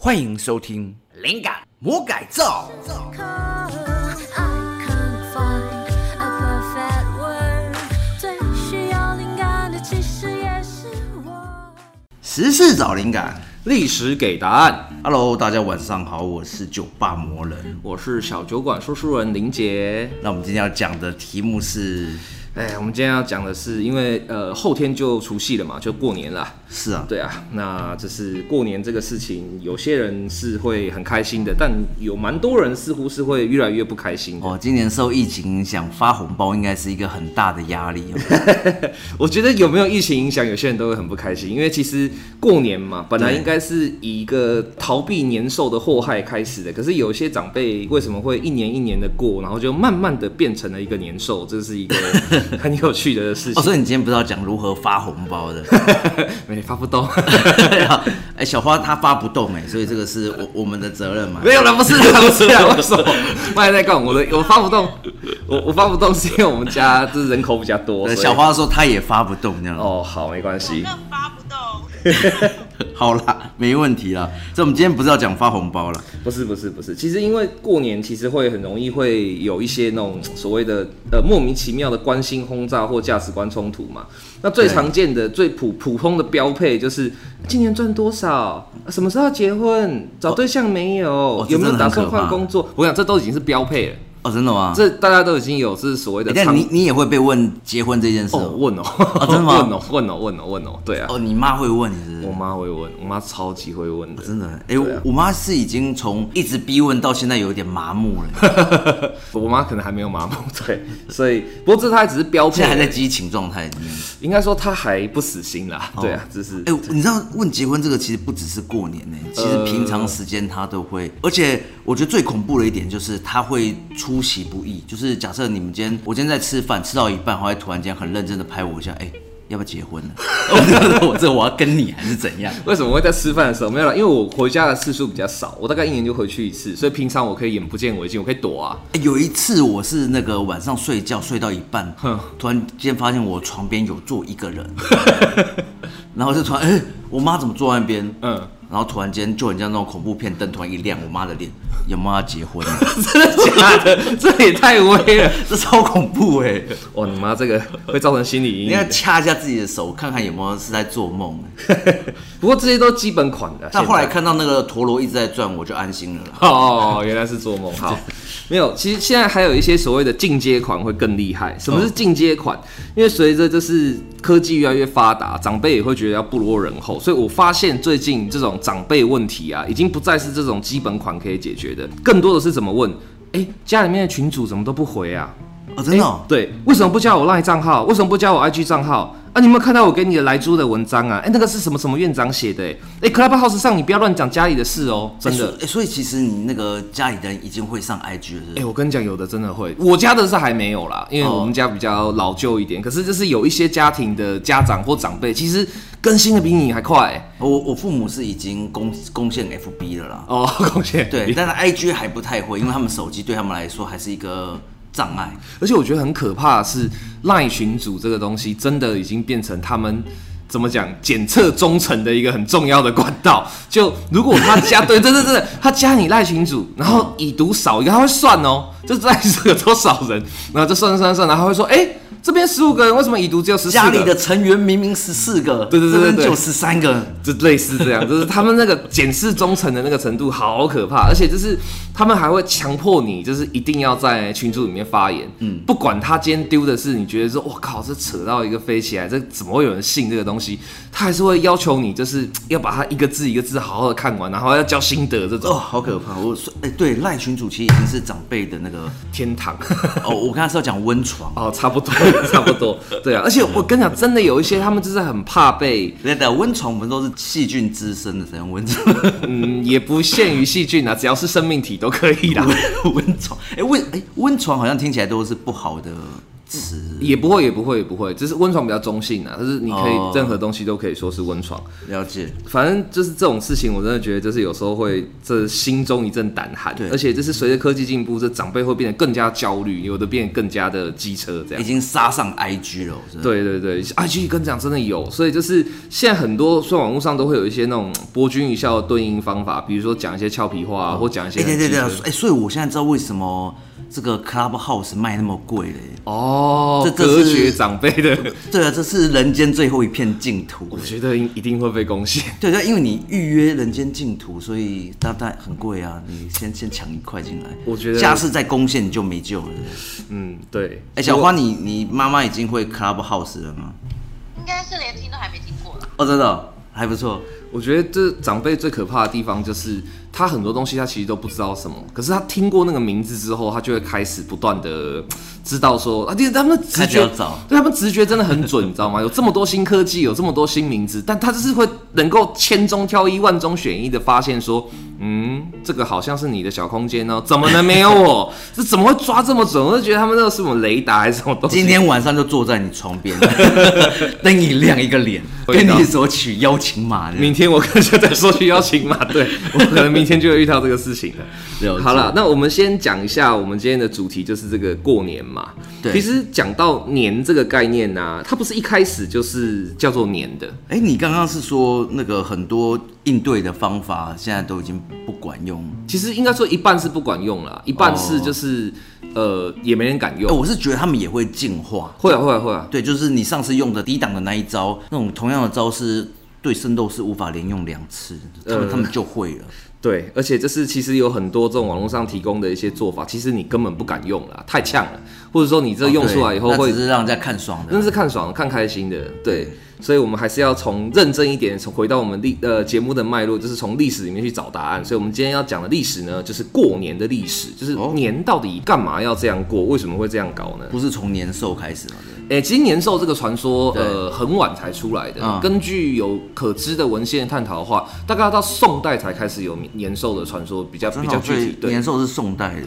欢迎收听《灵感魔改造》。 I can't find a perfect word，最需要灵感的其实也是我。时事找灵感历史给答案， ，Hello，大家晚上好，我是酒吧魔人。我是小酒馆说书人林杰。那我们今天要讲的题目是，哎，我们今天要讲的是，因为呃后天就除夕了嘛，就过年了。是啊，对啊，那就是过年这个事情，有些人是会很开心的，但有蛮多人似乎是会越来越不开心的。哦，今年受疫情影响，发红包应该是一个很大的压 力、哦。我觉得有没有疫情影响，有些人都会很不开心，因为其实过年嘛，本来对应该是以一个逃避年兽的祸害开始的，可是有些长辈为什么会一年一年的过，然后就慢慢的变成了一个年兽，这是一个很有趣的事哦，情。所以你今天不是要讲如何发红包的？ 没发不动，哎，小花她发不动哎，所以这个是我我们的责任嘛。没有了，不是啦，不是啦，为什么？我还在干我的，我发不动，我我发不动是因为我们家就是人口比较多，对，所以小花说她也发不动这样。哦，哦，好，没关系。更发不动。好啦，没问题啦。所以我们今天不是要讲发红包了，不是不是不是，其实因为过年其实会很容易会有一些那种所谓的呃莫名其妙的关心轰炸或价值观冲突嘛。那最对常见的、最普普通的标配就是今年赚多少，什么时候要结婚，找对象没有，哦这有没有真的打很算可怕换工作？我想这都已经是标配了，哦，真的吗？这大家都已经有是所谓的哎但常你你也会被问结婚这件事哦哦？问哦，真的吗 问哦问哦问哦问哦，对啊，哦，你妈会问你是不是我妈啊会问，我妈超级会问的，真的，哎、我我妈是已经从一直逼问到现在有点麻木了， 我妈可 能还没有麻木，对，所以不过这她只是标配现而已，在还在激情状态里面。应该说他还不死心啦，对啊，只是哎、你知道问结婚这个其实不只是过年呢、呃其实平常时间她都会，而且我觉得最恐怖的一点就是她会出其不意，就是假设你们今天我今天在吃饭，吃到一半，后来突然间很认真的拍我一下，哎、要不要结婚呢？ 我我这我要跟你还是怎样？为什么会在吃饭的时候没有啦？因为我回家的次数比较少，我大概一年就回去一次，所以平常我可以眼不见为净，我可以躲啊。 欸有一次我是那个晚上睡觉睡到一半哼，突然间发现我床边有坐一个人， 然后就突然，哎、我妈怎么坐在那边？嗯，然后突然间就很像那种恐怖片灯突然一亮，我妈的脸有没有要结婚啊？ 真的假的？ 这也太威了！这超恐怖哎、 哇，你妈这个会造成心理阴你要影。掐一下自己的手，看看有没有是在做梦。不过这些都基本款的。但后来现在看到那个陀螺一直在转，我就安心了啦。 哦，原来是做梦。好，没有，其实现在还有一些所谓的进阶款会更厉害。什么是进阶款？因为随着就是科技越来越发达，长辈也会觉得要不落人后，所以我发现最近这种长辈问题啊，已经不再是这种基本款可以解决的，更多的是怎么问。哎、家里面的群主怎么都不回啊？哦，真的、哦对，为什么不加我 LINE 账号？为什么不加我 IG 账号？啊，你有没有看到我给你的来猪的文章啊？哎、那个是什么什么院长写的、诶哎、c l u b h o u s e 上你不要乱讲家里的事哦、真欸的所。以欸所以其实你那个家里的人已经会上 IG 了是不哎、是，我跟你讲，有的真的会，我家的是还没有啦，因为哦我们家比较老旧一点。可是就是有一些家庭的家长或长辈，其实更新的比你还快、哎我我父母是已经攻攻陷 FB 了啦。哦， 贡 献对，但是 IG 还不太会，因为他们手机对他们来说还是一个障碍。而且我觉得很可怕的是，赖群组这个东西真的已经变成他们怎么讲检测忠诚的一个很重要的管道。就如果他加对，真的真的，他加你赖群组，然后已读少一个，他会算哦，这赖这个多少人，然后就算算算，然后他会说，哎、这边十五个人，为什么已读只有十四家个？里的成员明明十四个，对对对对对九十三个，就类似这样，就是他们那个检视忠诚的那个程度好可怕，而且就是他们还会强迫你，就是一定要在群组里面发言，嗯，不管他今天丢的是你觉得说，我靠，这扯到一个飞起来，这怎么会有人信这个东西？他还是会要求你，就是要把它一个字一个字好好的看完，然后要交心得这哦，种好可怕！我说，哎、对，赖群主其实已经是长辈的那个，天堂。哦，我刚才是要讲温床，哦，差不多， 差不多，对啊，而且我跟你讲，真的有一些他们就是很怕被对对，温床我们都是细菌滋生的才用温床， 嗯，也不限于细菌啊，只要是生命体都可以啦。温床，哎、温哎温床好像听起来都是不好的词，也不会，也不会，也不会，只是温床比较中性啊，就是你可以哦任何东西都可以说是温床。了解。反正就是这种事情，我真的觉得就是有时候会这心中一阵胆寒对，而且就是随着科技进步，这长辈会变得更加焦虑，有的变得更加的机车这样已。经杀上 IG 了，真的。对对对，IG 跟讲真的有，所以就是现在很多虽然网络上都会有一些那种博君一笑的对应方法，比如说讲一些俏皮话、啊，或讲一些哎、对很对机对，哎车、所以我现在知道为什么这个 Clubhouse 卖那么贵嘞。哦，这这隔是绝长辈的，对啊，这是人间最后一片净土我。觉得一定会被攻陷。对啊对，因为你预约人间净土，所以它它很贵啊。你先先抢一块进来，我觉得下次再攻陷你就没救了。嗯，对。哎、小花，你你妈妈已经会 Clubhouse 了吗？应该是连听都还没听过了。哦，真的哦、还不错。我觉得这长辈最可怕的地方就是，他很多东西他其实都不知道什么，可是他听过那个名字之后，他就会开始不断的知道说啊，对他们的直开始要觉找，对他们直觉真的很准，你知道吗？有这么多新科技，有这么多新名字，但他就是会能够千中挑一、万中选一的发现说，嗯，这个好像是你的小空间哦，怎么能没有 我？这怎么会抓这么准？我就觉得他们那个是什么雷达还是什么东西？今天晚上就坐在你床 边，灯一亮一个脸，味跟道你索取邀请码的。明天我可能就在说去邀请码，对我可能明天就会遇到这个事情了了。解好了，那我们先讲一下我们今天的主题，就是这个过年嘛。对其实讲到年这个概念呢、它不是一开始就是叫做年的，哎、你刚刚是说那个很多应对的方法现在都已经不管用？其实应该说一半是不管用啦，一半是就是、哦呃也没人敢哎、用。我是觉得他们也会进化。会啊会啊会啊，对，就是你上次用的低档的那一招，那种同样的招式，对圣斗士无法连用两次，他们、呃他们就会了。对，而且就是其实有很多这种网络上提供的一些做法，其实你根本不敢用啦，太呛了，或者说你这用出来以后哦对会那只是让人家看爽那的。是看爽、看开心的，对。所以，我们还是要从认真一点，从回到我们历呃节目的脉络，就是从历史里面去找答案。所以，我们今天要讲的历史呢，就是过年的历史，就是哦年到底干嘛要这样过，为什么会这样搞呢？不是从年兽开始嘛？对不对诶、其实年兽这个传说，对呃，很晚才出来的。嗯根据有可知的文献探讨的话，大概要到宋代才开始有年兽的传说，比较比较具体。对对，年兽是宋代的，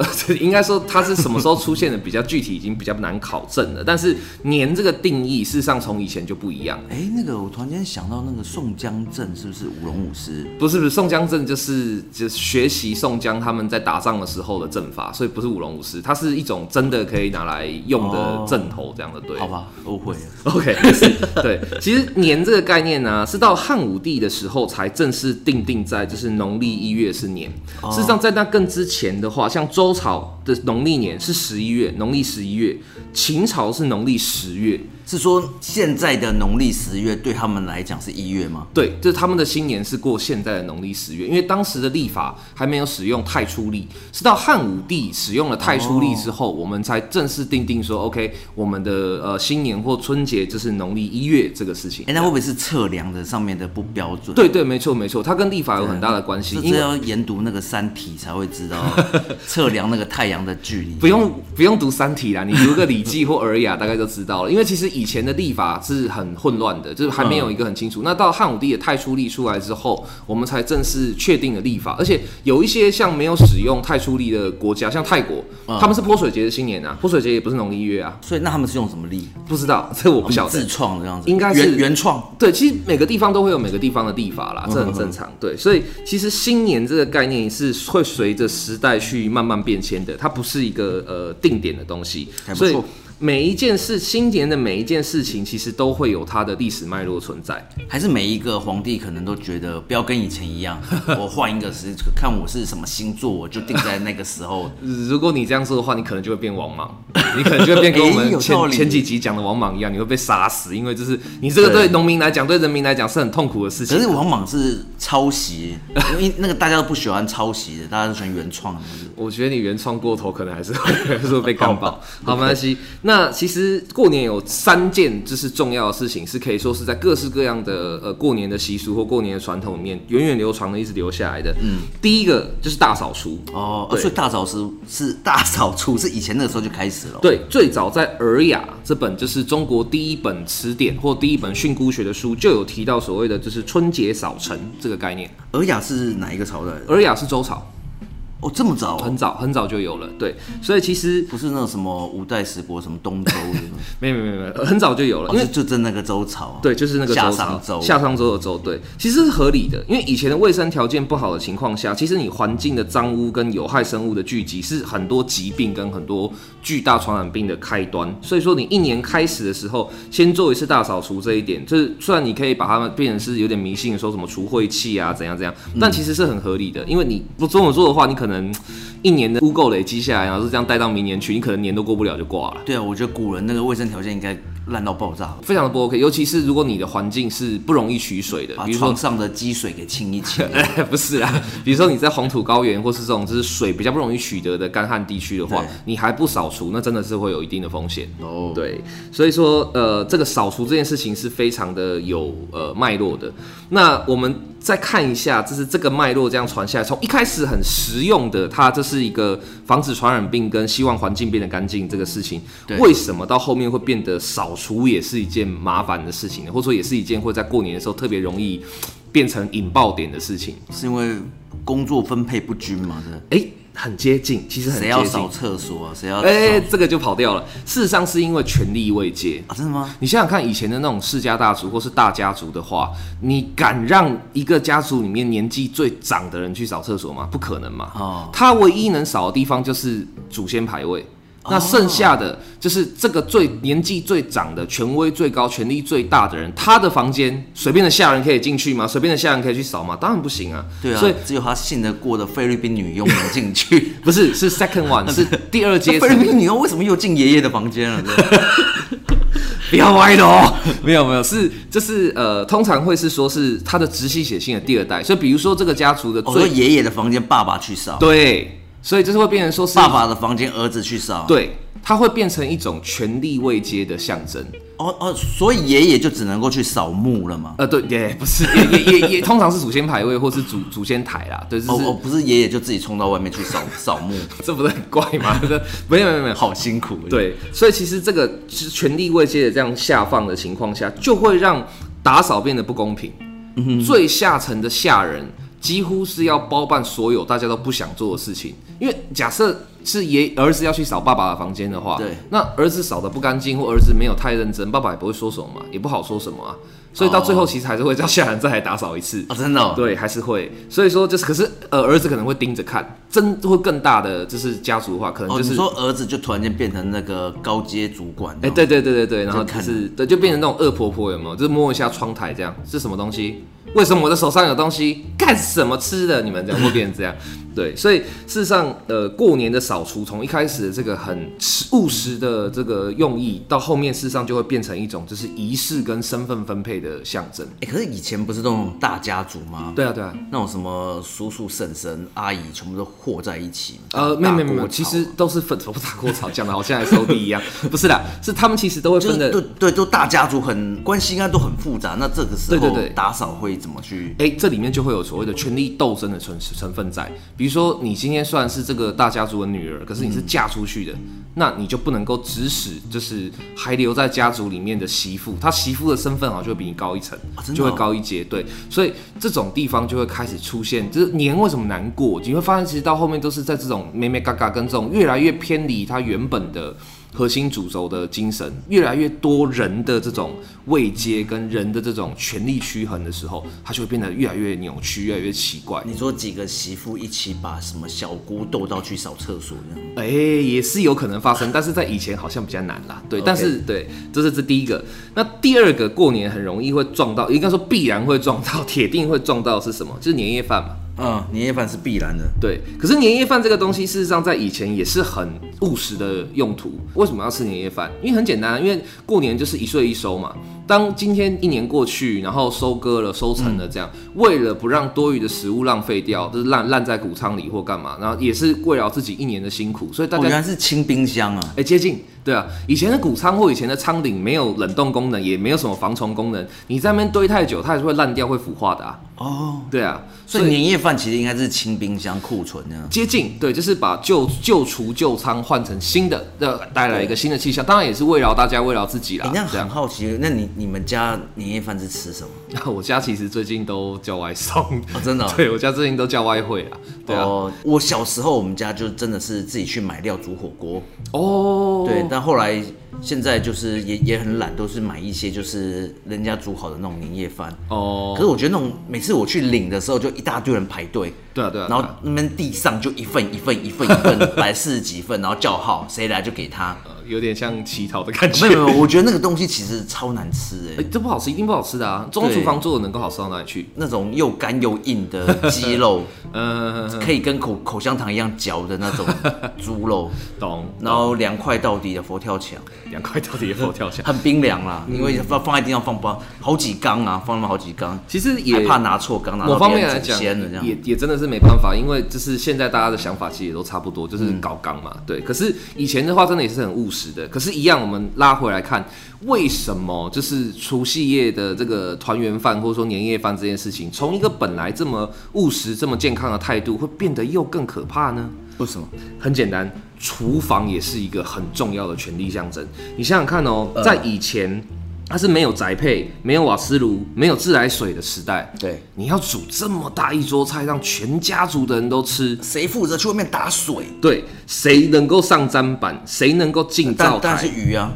呃， 这应该说它是什么时候出现的比较具体，已经比较难考证了。但是年这个定义，事实上从以前就不一样。哎、那个我突然间想到那个宋江镇是不是舞龙舞狮？不是不是，宋江阵就是就是学习宋江他们在打仗的时候的阵法，所以不是舞龙舞狮，它是一种真的可以拿来用的哦阵头这样的对。好吧，误会了。 OK，没事。对，其实年这个概念呢、是到汉武帝的时候才正式定定在就是农历一月是年。哦事实上，在那更之前的话，像周朝的农历年是十一月，农历十一月；秦朝是农历十月。是说现在的农历十月对他们来讲是一月吗？对，就是他们的新年是过现在的农历十月，因为当时的历法还没有使用太初历，是到汉武帝使用了太初历之后，我们才正式定定说，OK，我们的呃新年或春节就是农历一月这个事情哎、。那会不会是测量的上面的不标准？对，对，没错没错，它跟历法有很大的关系，是因嗯这为要研读那个《三体》才会知道 测量那个太阳的距离。不用不用读《三体》啦，你读个《礼记》或《尔雅》大 概就知道了。因为其实以前的历法是很混乱的，就是还没有一个很清楚。嗯那到汉武帝的太初历出来之后，我们才正式确定了历法。而且有一些像没有使用太初历的国家，像泰国，嗯他们是泼水节的新年啊，泼水节也不是农历一月啊，所以那他们是用什么力？不知道，这我不晓们得。自创这样子，应该是原原创。对，其实每个地方都会有每个地方的历法啦，这很正嗯常。对，所以其实新年这个概念是会随着时代去慢慢变迁的，它不是一个呃定点的东西还。不所错以每一件事，新年的每一件事情，其实都会有它的历史脉络存在。还是每一个皇帝可能都觉得不要跟以前一 样，我换一个时看我是什么星座，我就定在那个时 候。如果你这样做的话，你可能就会变王莽，你可能就会变跟我 诶有们前、道理前几集讲的王莽一样，你会被杀死，因为就是你这个对对农民来讲，对人民来讲是很痛苦的事情可。是王莽是抄袭，因为那个大家都不喜欢抄袭的，大家都喜欢原创的。我觉得你原创过头，可能还是会还是会被干爆。好，没关系。那其实过年有三件就是重要的事情，是可以说是在各式各样的呃过年的习俗或过年的传统里面源远流长的一直留下来的。嗯，第一个就是大扫除。哦，对所以大扫除是大扫除 是以前那个时候就开始了。对，最早在《尔雅》这本就是中国第一本词典或第一本训诂学的书，就有提到所谓的就是春节扫尘这个概念。哦尔雅是哪一个朝代的？ 《尔雅》是周朝，哦，这么早、很哦，早很早就有了。对，所以其实不是那种什么五代十国什么东周什么，没有没有没有没有，很早就有了，哦因为就就真那个周朝啊、对，就是那个夏周商周，朝夏商周的周，对，其实是合理的，因为以前的卫生条件不好的情况下，其实你环境的脏污跟有害生物的聚集是很多疾病跟很多巨大传染病的开端，所以说你一年开始的时候，先做一次大扫除这一点，就是虽然你可以把它们变成是有点迷信，说什么除晦气啊怎样怎样，嗯但其实是很合理的，因为你不这么做的话，你可能一年的污垢累积下来，然后是这样带到明年去，你可能年都过不了就挂了。对啊，我觉得古人那个卫生条件应该烂到爆炸，非常的不 OK，尤其是如果你的环境是不容易取水的，把比如说床上的积水给清一 清。不是啦，比如说你在黄土高原或是这种就是水比较不容易取得的干旱地区的话对，你还不扫除，那真的是会有一定的风险。哦，对，所以说呃，这个扫除这件事情是非常的有呃脉络的。那我们再看一下，就是这个脉络这样传下来，从一开始很实用的，它这是一个防止传染病跟希望环境变得干净这个事情对，为什么到后面会变得扫除也是一件麻烦的事情呢？或者说也是一件会在过年的时候特别容易变成引爆点的事情？是因为工作分配不均嘛？这哎，很接近，其实很接谁近。要扫厕所啊？谁要扫？哎，这个就跑掉了。事实上是因为权力未接，啊，真的吗？你想想看，以前的那种世家大族或是大家族的话，你敢让一个家族里面年纪最长的人去扫厕所吗？不可能嘛！哦他唯一能扫的地方就是祖先牌位。哦那剩下的就是这个最年纪最长的、权威最高、权力最大的人，他的房间随便的下人可以进去吗？随便的下人可以去扫吗？当然不行啊！对啊，所以只有他信得过的菲律宾女佣能进 去。不是是 second one 是第二阶菲层律宾女佣为什么又进爷爷的房间了？不要歪的哦。 没有没有，是就是呃，通常会是说是他的直系血亲的第二代，所以比如说这个家族的我哦说最、爷爷的房间，爸爸去扫；对，所以就是会变成说是爸爸的房间，儿子去扫。，对，它会变成一种权力未接的象征。哦哦，所以爷爷就只能够去扫墓了嘛。呃，对，也不 是，也也也也通常是祖先牌位或是祖祖先台啦，对，就哦是、哦，不是爷爷就自己冲到外面去 扫扫墓，这不是很怪吗？ 这没有没有没有，好辛苦。，对，所以其实这个是权力位阶的这样下放的情况下，就会让打扫变得不公平。嗯最下层的下人几乎是要包办所有大家都不想做的事情，因为假设是爷儿子要去扫爸爸的房间的话，对那儿子扫的不干净或儿子没有太认真，爸爸也不会说什么嘛，也不好说什么啊。所以到最后其实还是会叫下人再来打扫一次。哦，真的、哦。对，还是会，所以说就是，可是呃，儿子可能会盯着看，真会更大的就是家族的话，可能哦，就是、你说儿子就突然间变成那个高阶主管？哦哎、对对对对对，然后啊就就看是对，就变成那种恶婆婆，有没有？就是摸一下窗台这样，是什么东西？为什么我的手上有东西？干什么吃的？你们这样会变成这样？ 对，所以事实上，呃，过年的扫除从一开始的这个很实务实的这个用意，到后面事实上就会变成一种就是仪式跟身份分配的象征。哎、可是以前不是那种大家族吗？对啊，对啊，那种什么叔叔、婶婶、阿姨，全部都和在一起。呃，没大有没有没大有，锅其炒实都是 粉头不打过草，讲的好像还收地一样，不是啦，是他们其实都会就分是的。对对，都大家族很关系应该都很复杂。那这个时候对对对打扫会怎么去？哎、这里面就会有所谓的权力斗争的成成分在。比如说，你今天虽然是这个大家族的女儿，可是你是嗯嫁出去的，那你就不能够指使就是还留在家族里面的媳妇，她媳妇的身份好像就会比你高一层，啊真的就会哦高一阶。对，所以这种地方就会开始出现，就是年为什么难过？你会发现，其实到后面都是在这种咩咩嘎嘎跟这种越来越偏离它原本的。核心主轴的精神，越来越多人的这种位阶跟人的这种权力趋衡的时候，它就会变得越来越扭曲，越来越奇怪。你说几个媳妇一起把什么小姑斗到去扫厕所这样？哎、也是有可能发生，但是在以前好像比较难啦。 对 OK 但是对，这是这第一个。那第二个，过年很容易会撞到，应该说必然会撞到，铁定会撞到的是什么？就是年夜饭嘛。嗯，年夜饭是必然的。对，可是年夜饭这个东西，事实上在以前也是很务实的用途。为什么要吃年夜饭？因为很简单啊，因为过年就是一岁一收嘛。当今天一年过去，然后收割了、收成了，这样、为了不让多余的食物浪费掉，就是烂烂在谷仓里或干嘛，然后也是为了自己一年的辛苦，所以大哦，家原来是清冰箱啊！哎、接近，对啊，以前的谷仓或以前的仓顶没有冷冻功能，也没有什么防虫功能，你在那边堆太久，它还是会烂掉、会腐化的啊。哦，对啊，所以年夜饭其实应该是清冰箱库存这样。接近，对，就是把旧旧厨旧仓换成新的，呃，带来一个新的气象，当然也是慰劳大家、慰劳自己啦你、。那这很样， 好奇，那你你们家年夜饭是吃什么？我家其实最近都叫外送，哦，真的哦、 对我家最近都叫外汇啦。对啊，哦我小时候我们家就真的是自己去买料煮火锅，哦，对，但后来现在就是也也很懒，都是买一些就是人家煮好的那种年夜饭。哦可是我觉得那种每次我去领的时候，就一大堆人排队，对啊对啊然后对啊那边地上就一份一份一份一份来四十几份，然后叫号，谁来就给 他。呃有点像乞讨的感觉没。有没有，我觉得那个东西其实超难吃哎、哎、 这不好吃，一定不好吃的啊！中央厨房做的能够好吃到哪里去？那种又干又硬的鸡肉， 嗯、可以跟口口香糖一样嚼的那 种猪肉，懂。然后凉快到底的佛跳墙，两块到底也否跳下？很冰凉啦，嗯因为放放在地上放不好几缸啊，放那么好几缸，其实也也怕拿错缸，拿某到方别面人来祖讲，先了这也样。也真的是没办法，因为就是现在大家的想法其实也都差不多，嗯就是搞纲嘛，对。可是以前的话，真的也是很务实的。可是，一样我们拉回来看，为什么就是除夕夜的这个团圆饭或者说年夜饭这件事情，从一个本来这么务实、这么健康的态度，会变得又更可怕呢？为什么？很简单，厨房也是一个很重要的权力象征。你想想看哦，嗯在以前它是没有宅配、没有瓦斯炉、没有自来水的时代，对，你要煮这么大一桌菜，让全家族的人都吃。谁负责去外面打水？对，谁能够上砧板，谁能够进灶但但是台，鱼 啊，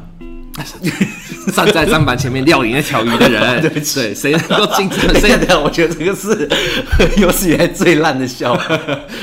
站在砧板前面料理那条鱼的人，对，谁能够 进灶，等一下谁等一啊下，我觉得这个 是有史以来最烂的笑话，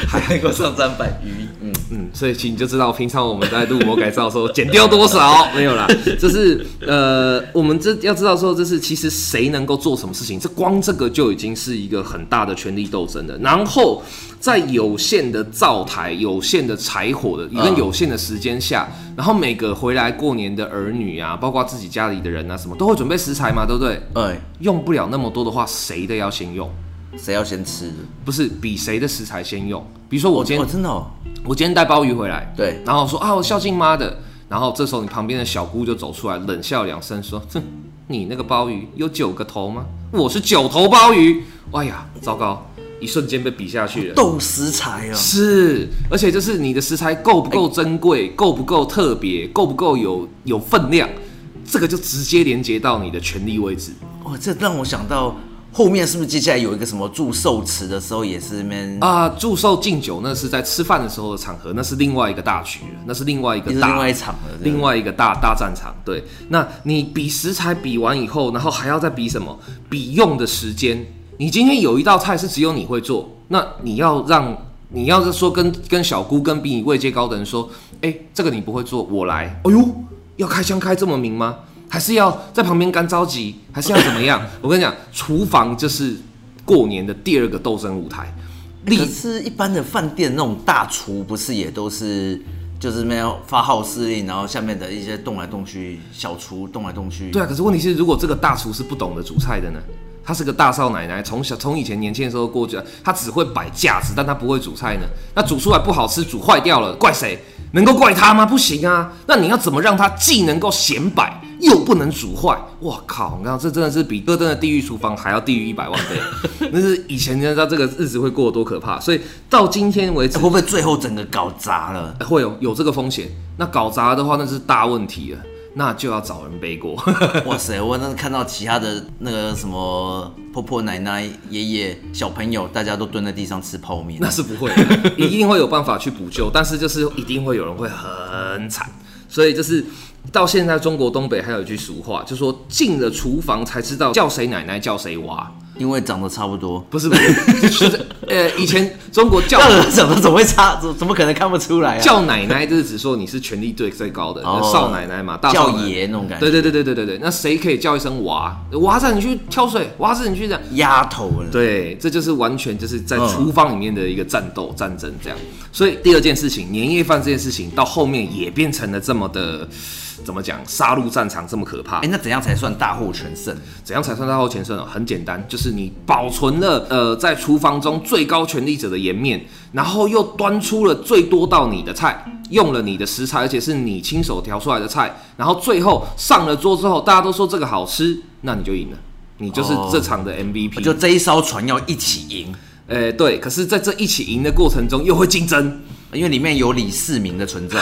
还能够上砧板鱼，嗯，嗯，所以其实你就知道，平常我们在录魔改造的时候减掉多少，没有啦。 就是呃，我们这要知道说，这是其实谁能够做什么事情，这光这个就已经是一个很大的权力斗争了。然后在有限的灶台、有限的柴火嗯的，跟有限的时间下，然后每个回来过年的儿女啊，包括自己家里的人啊，什么都会准备食材嘛，对不对？哎，用不了那么多的话，谁的要先用？谁要先吃？不是比谁的食材先用？比如说我今天哦，真的哦，我今天带鲍鱼回来，对然后我说啊，我孝敬妈的。然后这时候你旁边的小姑就走出来，冷笑两声说：“哼，你那个鲍鱼有九个头吗？我是九头鲍鱼。”哎呀，糟糕，一瞬间被比下去了。冻食材啊，是，而且就是你的食材够不够珍贵，够不够特别，够不够有有分量，这个就直接连接到你的权力位置。哇，这让我想到后面是不是接下来有一个什么祝寿词的时候也是那边啊，啊，祝寿敬酒那是在吃饭的时候的场合，那是另外一个大局了，那是另外一个也是大另外一场了，另外一个大大战场。对，那你比食材比完以后，然后还要再比什么？比用的时间。你今天有一道菜是只有你会做，那你要让你要是说跟跟小姑跟比你位阶高的人说，哎、这个你不会做，我来。哎呦，要开箱开这么明吗？还是要在旁边干着急？还是要怎么样？ 我跟你讲，厨房就是过年的第二个斗争舞台。对不历对。可是，一般的饭店那种大厨不是也都是就是那样发号施令，然后下面的一些动来动去，小厨动来动去，对啊，可是问题是，如果这个大厨是不懂得煮菜的呢？她是个大少奶奶，从小从以前年轻的时候过去，她只会摆架子，但她不会煮菜呢。那煮出来不好吃，煮坏掉了，怪谁？能够怪她吗？不行啊！那你要怎么让她既能够显摆，又不能煮坏？哇靠！你看这真的是比戈登的地狱厨房还要地狱一百万 倍。那是以前人家这个日子会过得多可怕，所以到今天为止哎哎，会，不会最后整个搞砸了？ 会哦有有这个风险。那搞砸的话，那是大问题了，那就要找人背锅。哇塞！我那看到其他的那个什么婆婆、奶奶、爷爷、小朋友，大家都蹲在地上吃泡面 那。是不会的， 一定会有办法去补救，但是就是一定会有人会很惨，所以就是到现在中国东北还有一句俗话，就说进了厨房才知道叫谁奶奶叫谁娃，因为长得差不多。不是 不是，就是呃以前中国叫那人 长得怎么会差？怎怎么可能看不出来啊？叫奶奶就是指说你是权力最最高的、哦少奶奶嘛，大少叫奶奶爷那种感觉，对对对对对对对，那谁可以叫一声娃？娃子你去挑水，娃子你去这样，丫头了。对，这就是完全就是在嗯厨房里面的一个战斗、战争这样。所以第二件事情，年夜饭这件事情到后面也变成了这么的，怎么讲，杀戮战场这么可怕哎、。那怎样才算大获全胜？怎样才算大获全胜呢？很简单，就是你保存了呃在厨房中最高权力者的颜面，然后又端出了最多道你的菜，用了你的食材，而且是你亲手调出来的菜，然后最后上了桌之后，大家都说这个好吃，那你就赢了，你就是哦这场的 MVP。就这一艘船要一起赢，呃，对，可是在这一起赢的过程中又会竞争， 因为里面有李世民的存在，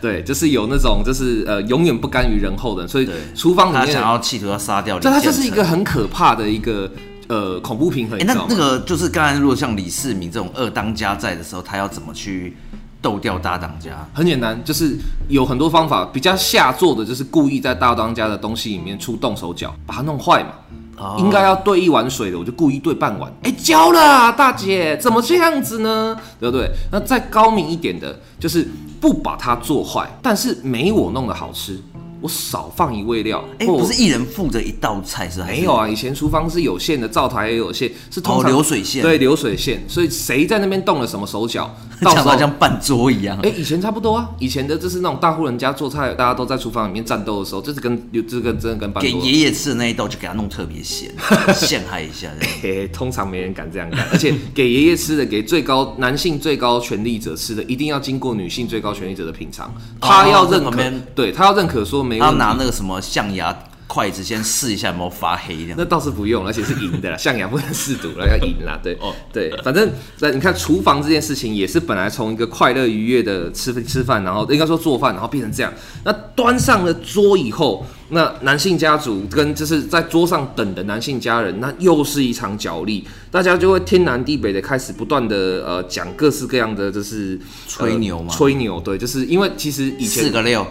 对，就是有那种就是呃永远不甘于人后的人，所以对厨房里他面，想要企图要杀掉李对，建它成。就是一个很可怕的一个呃恐怖平衡，哎、你知那道吗那？个就是刚才如果像李世民这种二当家在的时候，他要怎么去斗掉大当家？很简单，就是有很多方法，比较下作的就是故意在大当家的东西里面出动手脚，把它弄坏嘛。哦应该要兑一碗水的，我就故意兑半碗。哎、教了啊大姐，怎么这样子呢？对不对？那再高明一点的，就是不把它做坏，但是没我弄的好吃，我少放一味料。哎、或不是一人负责一道菜是？还是 没有啊，以前厨房是有限的，灶台也有限，是通哦常、流水线对流水线，所以谁在那边动了什么手 脚，到像时候好像办桌一样。哎、以前差不多啊，以前的就是那种大户人家做菜，大家都在厨房里面战斗的时候，就是跟就是跟真的跟班给多。爷爷吃的那一道就给他弄特别咸， 陷害一下这样。嘿嘿通常没人敢这样干，而且给爷爷吃的，给最高男性最高权力者吃的，一定要经过女性最高权力者的品尝，他要认哦在旁可，边对他要认可说没他问题拿。那个什么象牙筷子先试一下有没有发黑这样。那倒是不用，而且是 赢的啦，象牙不能试毒了，要赢啦，对，哦，对，反正那你看厨房这件事情也是本来从一个快乐愉悦的吃吃饭，然后应该说做饭，然后变成这样。那端上了桌以后，那男性家族跟就是在桌上等的男性家人，那又是一场角力，大家就会天南地北的开始不断的呃讲各式各样的就是吹牛呃吗吹牛，对，就是因为其实以前四个 六，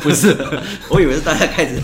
不是。我以为是大家开 始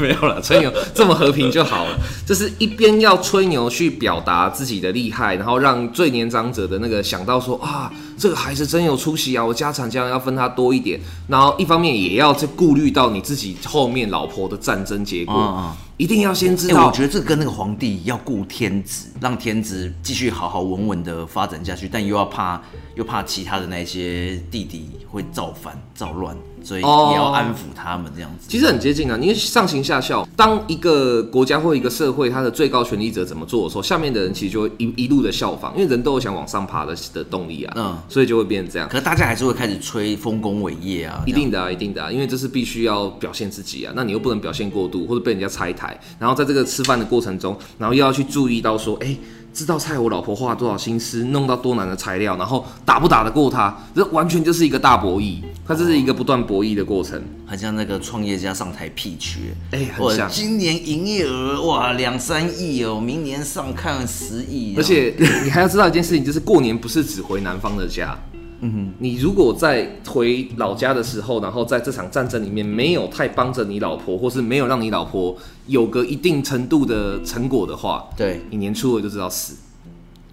没有了，吹牛这么和平就好了。就是一边要吹牛去表达自己的厉害，然后让最年长者的那个想到说啊，这个孩子真有出息啊，我家产将来要分他多一点。然后一方面也要去顾虑到你自己后面老婆的战争结果，嗯嗯一定要先知哎、道。我觉得这跟那个皇帝要顾天子，让天子继续好好稳稳的发展下去，但又要怕又怕其他的那些弟弟会造反造乱，所以哦也要安抚他们这样子。其实很接近啊，因为上行下效，当一个国家或一个社会，它的最高权力者怎么做的时候，下面的人其实就会一一路的效仿，因为人都有想往上爬的的动力啊，嗯所以就会变成这样。可是大家还是会开始吹丰功伟业啊，一这样定的啊，一定的啊，因为这是必须要表现自己啊，那你又不能表现过度，或者被人家拆台，然后在这个吃饭的过程中，然后又要去注意到说，哎、这道菜我老婆花了多少心思，弄到多难的材料，然后打不打得过她，这完全就是一个大博弈，它这是一个不断博弈的过程。很像那个创业家上台pitch，欸哎很哇像今年营业额哇两三亿哦，明年上看十亿，哦而且 你还要知道一件事情，就是过年不是只回南方的家。嗯，你如果在回老家的时候，然后在这场战争里面没有太帮着你老婆，或是没有让你老婆有个一定程度的成果的话，对你年初了就知道死，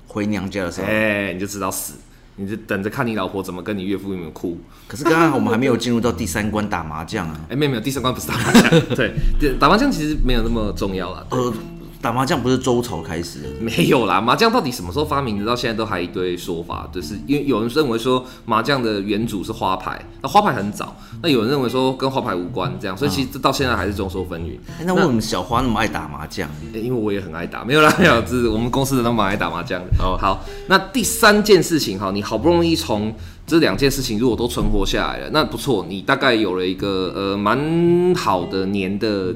回娘家的时候，哎、你就知道死，你就等着看你老婆怎么跟你岳父岳母哭。可是刚刚我们还没有进入到第三关打麻将啊，哎、没有没有，第三关不是打麻将，对，对打麻将其实没有那么重要啦。呃，打麻将不是周朝开始的，没有啦，麻将到底什么时候发明的？到现在都还一堆说法，就是因为有人认为说麻将的原主是花牌，那花牌很早，那有人认为说跟花牌无关，这样，所以其实这到现在还是众说纷纭。哎那为什么小花那么爱打麻将？欸因为我也很爱打，没有啦， 没有，这是我们公司的都蛮爱打麻将的。哦，好，那第三件事情哈，你好不容易从这两件事情如果都存活下来了，那不错，你大概有了一个呃蛮好的年的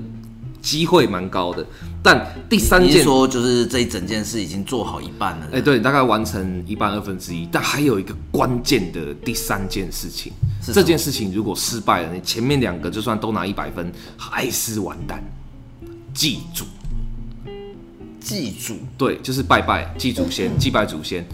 机会，蛮高的。但第三你是件，说就是这一整件事已经做好一半了？哎、对，你大概完成一半二分之一，但还有一个关键的第三件事情，是什这么件事情如果失败了，你前面两个就算都拿一百分，还是完蛋。记住，记住，对，就是拜拜，祭祖先，祭拜祖先。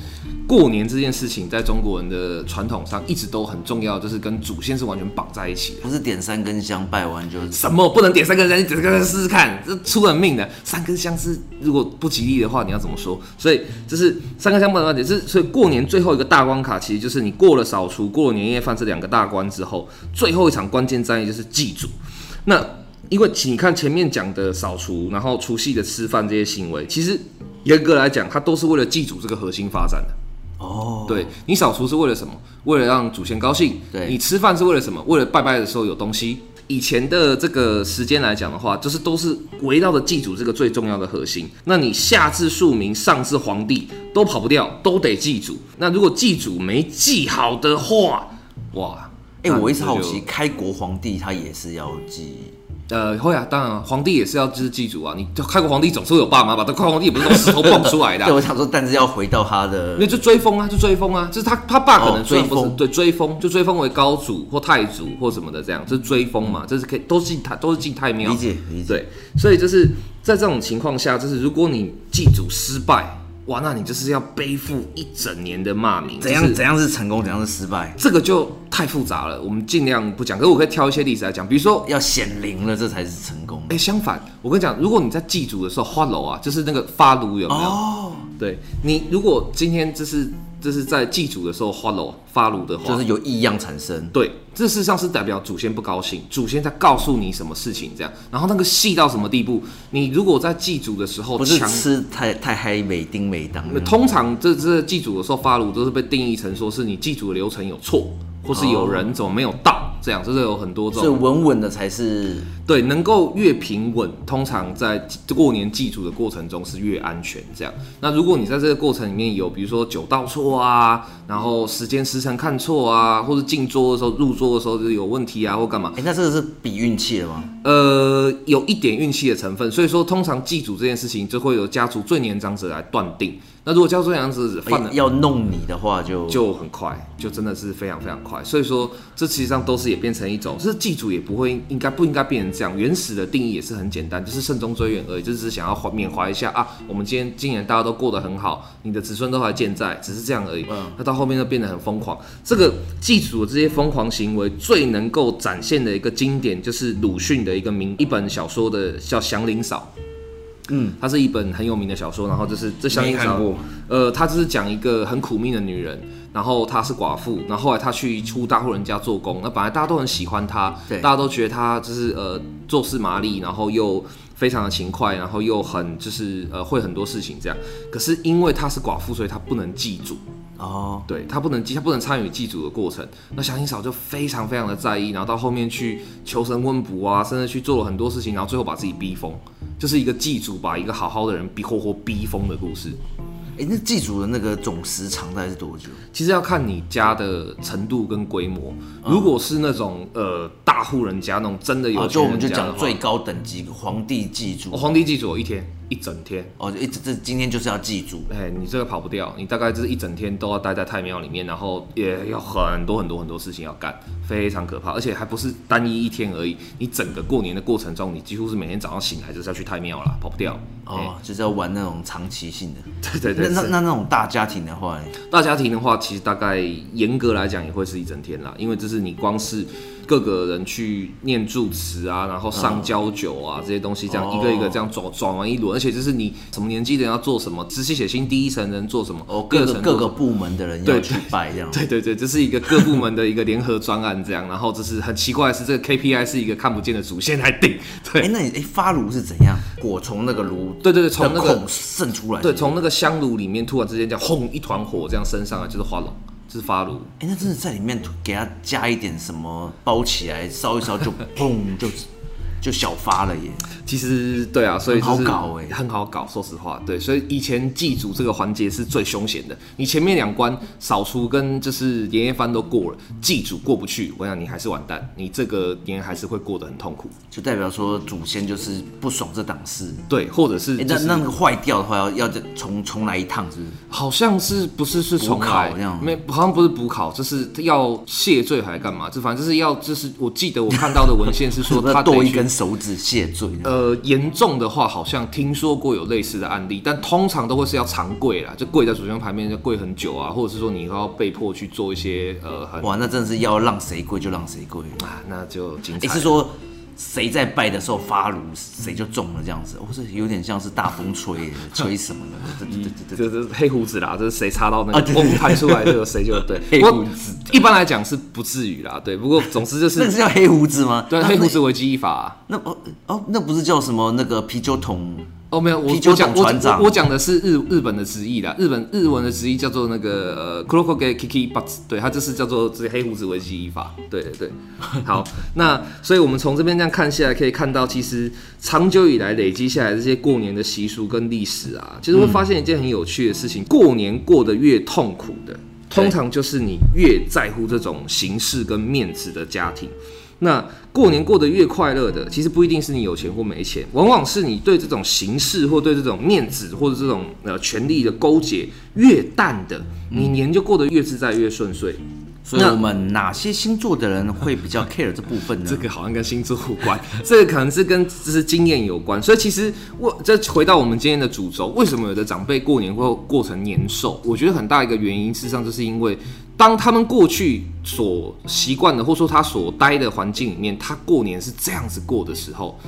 过年这件事情，在中国人的传统上一直都很重要，就是跟祖先是完全绑在一起的。不是点三根香拜完就什么不能点三根香？你点三根香试试看，这出人命的。三根香是如果不吉利的话，你要怎么说？所以就是三根香不能点，是所以过年最后一个大关卡，其实就是你过了扫除、过了年夜饭这两个大关之后，最后一场关键战役就是祭祖。那因为你看前面讲的扫除，然后除夕的吃饭这些行为，其实严格来讲，它都是为了祭祖这个核心发展的。哦，对你扫除是为了什么？为了让祖先高兴。对你吃饭是为了什么？为了拜拜的时候有东西。以前的这个时间来讲的话，就是都是围绕着祭祖这个最重要的核心。那你下至庶民，上至皇帝，都跑不掉，都得祭祖。那如果祭祖没祭好的话，哇！哎、那我一直这好就奇，开国皇帝他也是要记呃，会啊，当然、啊，皇帝也是要就是记住啊，你就开国皇帝总是会有爸妈吧？但开国皇帝也不是从石头蹦出来 的啊、对，我想说，但是要回到他的那就追封啊，就追封啊，就是他他爸哦可能虽然不是、追封对追封，就追封为高祖或太祖或什么的这样，这、是追封嘛，这是可以都是进太都是进太嗯庙，理解理解对，所以就是在这种情况下，就是如果你祭祖失败，哇，那你就是要背负一整年的骂名，怎样就是怎样是成功，怎样是失败，这个就太复杂了，我们尽量不讲。可是我可以挑一些例子来讲，比如说，要显灵了，这才是成功哎、。相反，我跟你讲，如果你在祭祖的时候花楼啊，就是那个发炉有没有？哦，对你，如果今天这是这是在祭祖的时候花楼发炉的话，就是有异样产生，对，这事实上是代表祖先不高兴，祖先在告诉你什么事情这样。然后那个细到什么地步，你如果在祭祖的时候不是强吃太太嗨，美丁美当。通常这这祭祖的时候发炉都是被定义成说是你祭祖的流程有错，或是有人怎么没有到，这样就是有很多这哦所以种稳稳的才是对，能够越平稳，通常在祭过年祭祖的过程中是越安全这样。那如果你在这个过程里面有比如说酒倒错啊，然后时间时辰看错啊，或是进桌的时候入桌的时候就是有问题啊，或干嘛哎、，那这个是比运气了吗？呃，有一点运气的成分，所以说通常祭祖这件事情就会由家族最年长者来断定。那如果家族最年长者犯了，要弄你的话就，就很快，就真的是非常非常快。所以说，这实际上都是也变成一种，就是祭祖也不会应该不应该变成这样。原始的定义也是很简单，就是慎终追远而已，就是只想要怀缅怀一下啊，我们今天今年大家都过得很好，你的子孙都还健在，只是这样而已。那到后面就变得很疯狂。这个祭祖的这些疯狂行为，最能够展现的一个经典，就是鲁迅的一个名一本小说的叫《祥林嫂》。嗯，它是一本很有名的小说，然后就是这祥林没嫂看过，呃，她就是讲一个很苦命的女人，然后她是寡妇，然后后来她去出大户人家做工，那本来大家都很喜欢她，对大家都觉得她就是呃做事麻利，然后又非常的勤快，然后又很就是呃会很多事情这样，可是因为她是寡妇，所以她不能祭祖，哦，对他不能祭，他不能参与祭祖的过程。那祥林嫂就非常非常的在意，然后到后面去求神问卜啊，甚至去做了很多事情，然后最后把自己逼疯，就是一个祭祖把一个好好的人逼活活逼疯的故事。哎、那祭祖的那个总时长大概是多久？其实要看你家的程度跟规模，嗯如果是那种呃大户人家那种真的有哦，钱就我们就人家的讲话最高等级皇帝祭祖哦，皇帝祭祖有一天一整天。哦，就一直这今天就是要祭祖，哎，你这个跑不掉，你大概就是一整天都要待在太庙里面，然后也有很多很多很多事情要干，非常可怕，而且还不是单一一天而已，你整个过年的过程中，你几乎是每天早上醒来就是要去太庙啦，跑不掉。哦，就是要玩那种长期性的。哎，对那对那对，那那种大家庭的话，大家庭的话，其实大概严格来讲也会是一整天啦，因为这是你光是各个人去念住持啊，然后上交酒啊、这些东西，这样嗯哦一个一个这样转转完一轮，而且就是你什么年纪的人要做什么，直系血亲第一层人做什么，哦，各层个做各什个么部门的人要对去拜这样。 对对对，这是一个各部门的一个联合专案，这样。然后这是很奇怪的是，这个 KPI 是一个看不见的主线来定。哎、 对那你哎、发炉是怎样？火从那个炉对对对，从那的个孔渗出来。对从那个香炉里面突然之间这样轰一团火这样升上来，就是花龙，这是发炉。哎、那真的在里面给它加一点什么，包起来烧一烧 就砰就就小发了耶。其实对啊，所以就是很好搞欸很好搞。说实话，对，所以以前祭祖这个环节是最凶险的。你前面两关扫除跟就是年夜饭都过了，祭祖过不去，我想你还是完蛋，你这个年还是会过得很痛苦。就代表说祖先就是不爽这档事。对，或者是、哎、就是那那个坏掉的话要要再重重来一趟，是不是？好像是不是是重补考来这样没，好像不是补考，就是要谢罪还干嘛？这反正就是要，就是我记得我看到的文献 是说要他剁得一去根。手指谢罪这样。呃，严重的话好像听说过有类似的案例，但通常都会是要长跪啦，就跪在祖先牌面就跪很久啊，或者是说你要被迫去做一些呃很哇，那真的是要让谁跪就让谁跪。啊，那就精彩哎、了。是说谁在拜的时候发炉，谁就中了这样子。哦，这有点像是大风吹耶，吹什么的？对对对对对。 这这是黑胡子啦，这是谁插到那啊个对对梦对拍出来就有谁就 对。黑不胡过子一般来讲是不至于啦，对。不过总之就 那个是是叫黑胡子吗？对那黑胡子危机一法啊、那哦哦，那不是叫什么那个啤酒桶？哦，没有，我啤我酒讲桶我船长我我讲的是日日本的直译啦，日本日文的直译叫做那个呃 k u r o k o g e Kiki Butts，对，它就是叫做这黑胡子维基译法，对对对。好，那所以我们从这边这样看下来，可以看到其实长久以来累积下来这些过年的习俗跟历史啊，其实会发现一件很有趣的事情，过年过得越痛苦的，通常就是你越在乎这种形式跟面子的家庭。那过年过得越快乐的，其实不一定是你有钱或没钱，往往是你对这种形式或对这种面子或者这种呃权力的勾结越淡的，你年就过得越自在越顺遂。所以那我们哪些星座的人会比较 care 这部分呢？这个好像跟星座无关，这个可能是跟就是经验有关。所以其实我这回到我们今天的主轴，为什么有的长辈过年会过成年兽？我觉得很大一个原因，事实上就是因为当他们过去所习惯的，或说他所待的环境里面，他过年是这样子过的时候，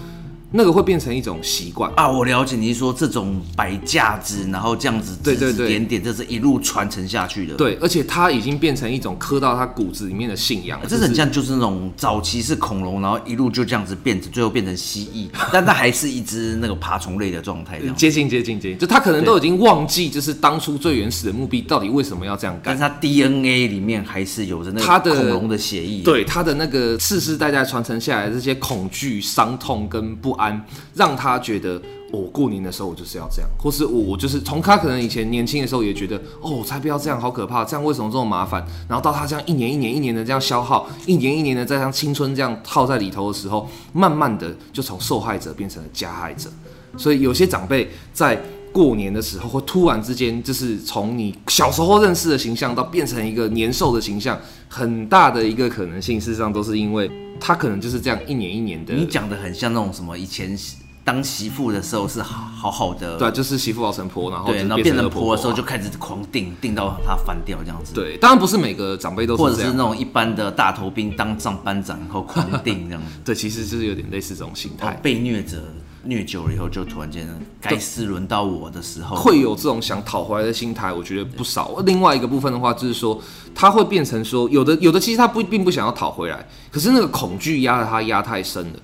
那个会变成一种习惯。啊，我了解，你是说这种摆架子，然后这样子对指对指对点点，这是一路传承下去的。，对，而且它已经变成一种刻到他骨子里面的信仰，啊这就是很像就是那种早期是恐龙，然后一路就这样子变成，最后变成蜥 蜴，但它还是一只那个爬虫类的状态这样。接近接近接近，就他可能都已经忘记，就是当初最原始的目的到底为什么要这样干但是。它 DNA 里面还是有着那它个的恐龙的血液。，对他的那个世世代代传承下来的这些恐惧、伤痛跟不安，让他觉得、哦我过年的时候我就是要这样，或是我我就是从他可能以前年轻的时候也觉得哦，我才不要这样，好可怕，这样为什么这么麻烦？然后到他这样一年一年一年的这样消耗，一年一年的这样青春这样耗在里头的时候，慢慢的就从受害者变成了加害者。所以有些长辈在过年的时候会突然之间，就是从你小时候认识的形象，到变成一个年兽的形象，很大的一个可能性，事实上都是因为他可能就是这样一年一年的。你讲的很像那种什么以前当媳妇的时候是好好好的，对啊，就是媳妇熬成婆，然后对，就然后变变成恶婆的时候啊就开始狂定，定到它翻掉这样子。。对，当然不是每个长辈都或是者这是样那，种一般的大头兵当上班长以后狂定这样 子，对，其实就是有点类似这种心然态后。被虐者虐久了以后，就突然间该是轮到我的时候，会有这种想讨回来的心态，我觉得不少。另外一个部分的话，就是说他会变成说，有的有的其实他不并不想要讨回来，可是那个恐惧压得他压太深了。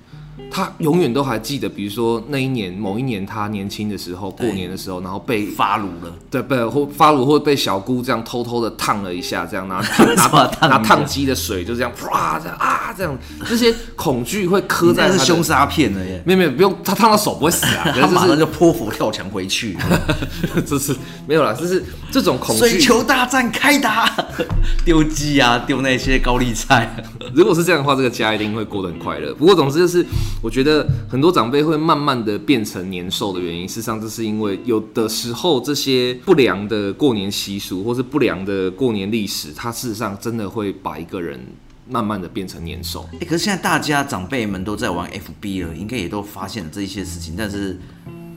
他永远都还记得，比如说那一年某一年他年轻的时候，过对年的时候，然后被发炉了，对被或发炉或被小姑这样偷偷的烫了一下，这 样拿拿什么烫拿一下烫机的水就这样啪这样啊这样，这些恐惧会刻在那他是的凶，杀片了 耶！没有没有不用，他烫到手不会死啊，可他马是上就泼佛跳墙回 去，就是 就是没有啦，就是这种恐水惧。球大战开打， 丢鸡啊，丢那些高丽 菜，如果是这样的话，这个家一定会过得很快乐。不过，总之就是，我觉得很多长辈会慢慢的变成年兽的原因，事实上，这是因为有的时候这些不良的过年习俗，或是不良的过年历史，它事实上真的会把一个人慢慢的变成年兽。欸可是现在大家长辈们都在玩 FB 了，应该也都发现了这一些事情，但是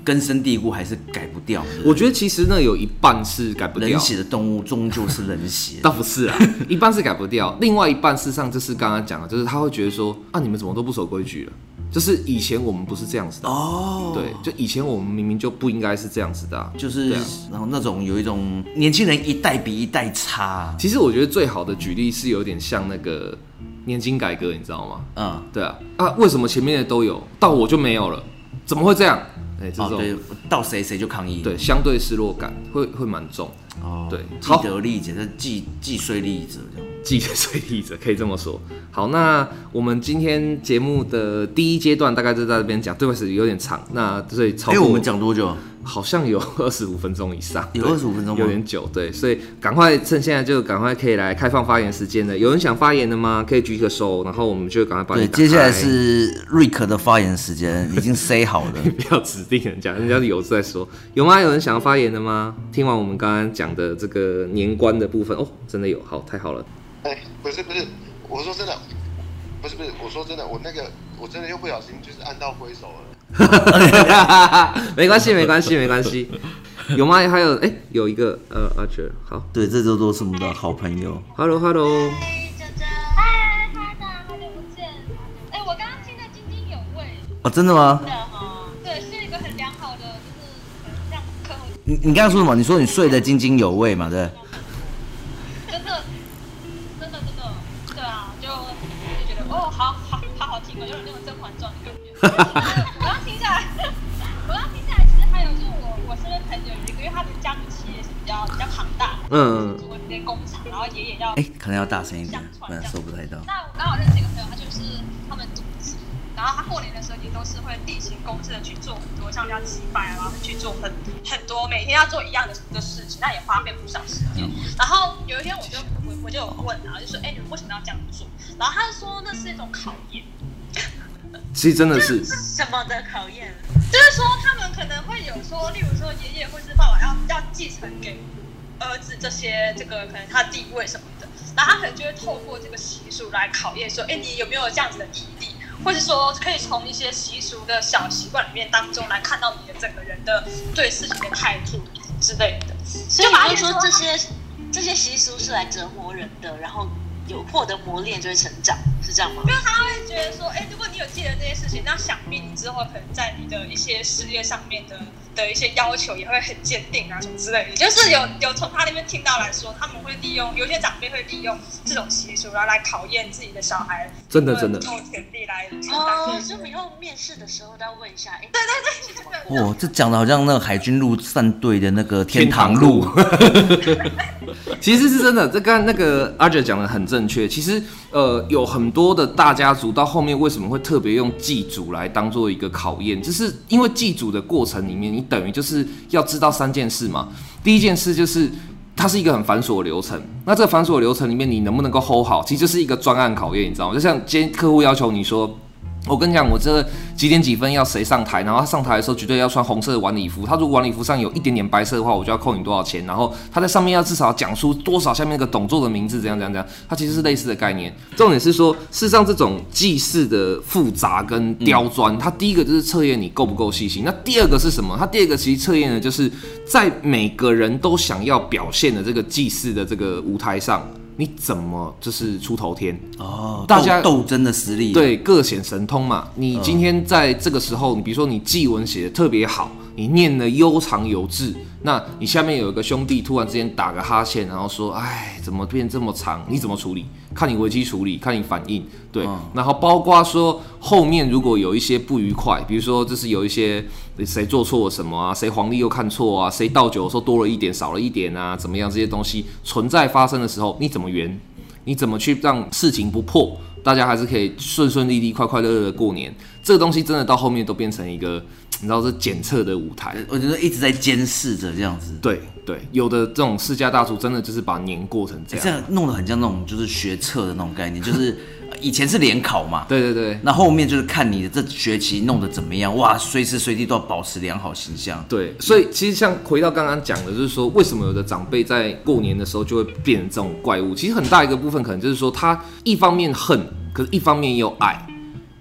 根深蒂固还是改不掉的。我觉得其实呢，有一半是改不人掉。血的动物终究是冷 血，倒不是啊，一半是改不掉，另外一半事实上就是刚刚讲的，就是他会觉得说啊，你们怎么都不守规矩了？就是以前我们不是这样子的哦，对，就以前我们明明就不应该是这样子的啊、就是、对啊然后那种有一种年轻人一代比一代差，啊其实我觉得最好的举例是有点像那个年金改革，你知道吗？嗯，对啊，啊，为什么前面的都有，到我就没有了？怎么会这样？哎、这哦种、对，到谁谁就抗议，对，相对失落感会会蛮重。哦对既好得利益者，是既既遂利益者这样。记得最例者，可以这么说。好，那我们今天节目的第一阶段大概就在这边讲，对不起，有点长，那所以超哎、过我们讲多久？好像有 二十五分钟以上，有对25分钟吗有点久，对，所以赶快趁现在就赶快可以来开放发言时间了。有人想发言的吗？可以举个手，然后我们就赶快把你对，打接下来开是瑞克的发言时间，已经 say 好了。 不要指定人家，人家有在说。有吗？有人想要发言的吗？听完我们刚刚讲的这个年关的部分，哦，真的有，好，太好了。 哎、不是不是，我说真的，不是不是，我说真的，我那个我真的又不小心就是按到挥手了。没关系，没关系，没关系。有吗？还有，哎、有一个，呃，阿哲，好对，这周都是我们的好朋友。 ，Hello，Hello，娇娇，嗨，哈达，好久不见。哎，我刚刚听得津津有味，哦，真的吗？真的哈。对，是一个很良好的，就是呃让客户你你刚刚说什么？你说你睡得津津有味嘛？对不对，真的，真的真的，对啊，就就觉得哦，好好好好听哦，有点那种《甄嬛传》的感觉。我刚听下来，我刚听下来，其实还有就是我我身边朋友有一个，因为他的家族企业是比较比较庞大的，嗯做一些工厂，然后爷爷要哎、可能要大声一点，不然收不太到。那我刚好认识一个朋友，他就是他们组织，然后他过年的时候也都是会例行公事的去做很多，像要祭拜啊，然后去做很很多，每天要做一样的的事情，那也花费不少时间。然后有一天我就我我就有问啊，就说哎、你们为什么要这样做？然后他就说那是一种考验，其实真的是，是什么的考验？就是说他们可能会有说，例如说爷爷或是爸爸要要继承给儿子这些这个可能他地位什么的，然后他可能就会透过这个习俗来考验说，哎，你有没有这样子的毅力？或者说，可以从一些习俗的小习惯里面当中来看到你的整个人的对事情的态度之类的。所以就把它你就变说成这些这些习俗是来折磨人的，然后有获得磨练就会成长，是这样吗？因为他会觉得说，哎、如果你有记得这些事情，那想必你之后可能在你的一些事业上面的的一些要求也会很坚定啊，什么之类的。就是有有从他那边听到来说，他们会利用有些长辈会利用这种习俗，然后来考验自己的小孩，真的真的有没有潜力来承哦担，这所以我们以后面试的时候都要问一下，哎，哇、这讲的好像那个海军陆战队的那个天天堂堂路路， 其实是真的。这刚刚那个阿哲讲的很正确。其实呃，有很多的大家族到后面为什么会特别用祭祖来当做一个考验，就是因为祭祖的过程里面，你等于就是要知道三件事嘛。第一件事就是。它是一个很繁琐的流程，那这个繁琐的流程里面，你能不能够 hold 好，其实就是一个专案考验，你知道吗？就像今天客户要求你说，我跟你讲，我这几点几分要谁上台，然后他上台的时候绝对要穿红色的晚礼服。他如果晚礼服上有一点点白色的话，我就要扣你多少钱。然后他在上面要至少讲出多少下面那个董座的名字，怎样怎样怎样。它其实是类似的概念。重点是说，事实上这种祭祀的复杂跟刁钻，它第一个就是测验你够不够细心。那第二个是什么？它第二个其实测验的就是在每个人都想要表现的这个祭祀的这个舞台上，你怎么就是出头天？哦，大家斗斗争的实力，，对，各显神通嘛。啊你今天在这个时候，你比如说你祭文写的特别好，你念的悠长有致，那你下面有一个兄弟突然之间打个哈欠，然后说：“哎，怎么变这么长？你怎么处理？看你危机处理，看你反应。”对，然后包括说后面如果有一些不愉快，比如说就是有一些谁做错了什么啊，谁黄历又看错啊，谁倒酒的时候多了一点少了一点啊，怎么样这些东西存在发生的时候，你怎么圆？你怎么去让事情不破，大家还是可以顺顺利利、快快乐乐的过年。这个东西真的到后面都变成一个，你知道是检测的舞台。我觉得一直在监视着这样子，对对，有的这种世家大厨真的就是把年过成这这样。样弄得很像那种就是学测的那种概念，就是 呃以前是联考嘛，对对对那后面就是看你的这学期弄得怎么样，哇，随时随地都要保持良好形象。对，所以其实像回到刚刚讲的，就是说为什么有的长辈在过年的时候就会变成这种怪物？其实很大一个部分可能就是说他一方面恨，可是一方面又爱。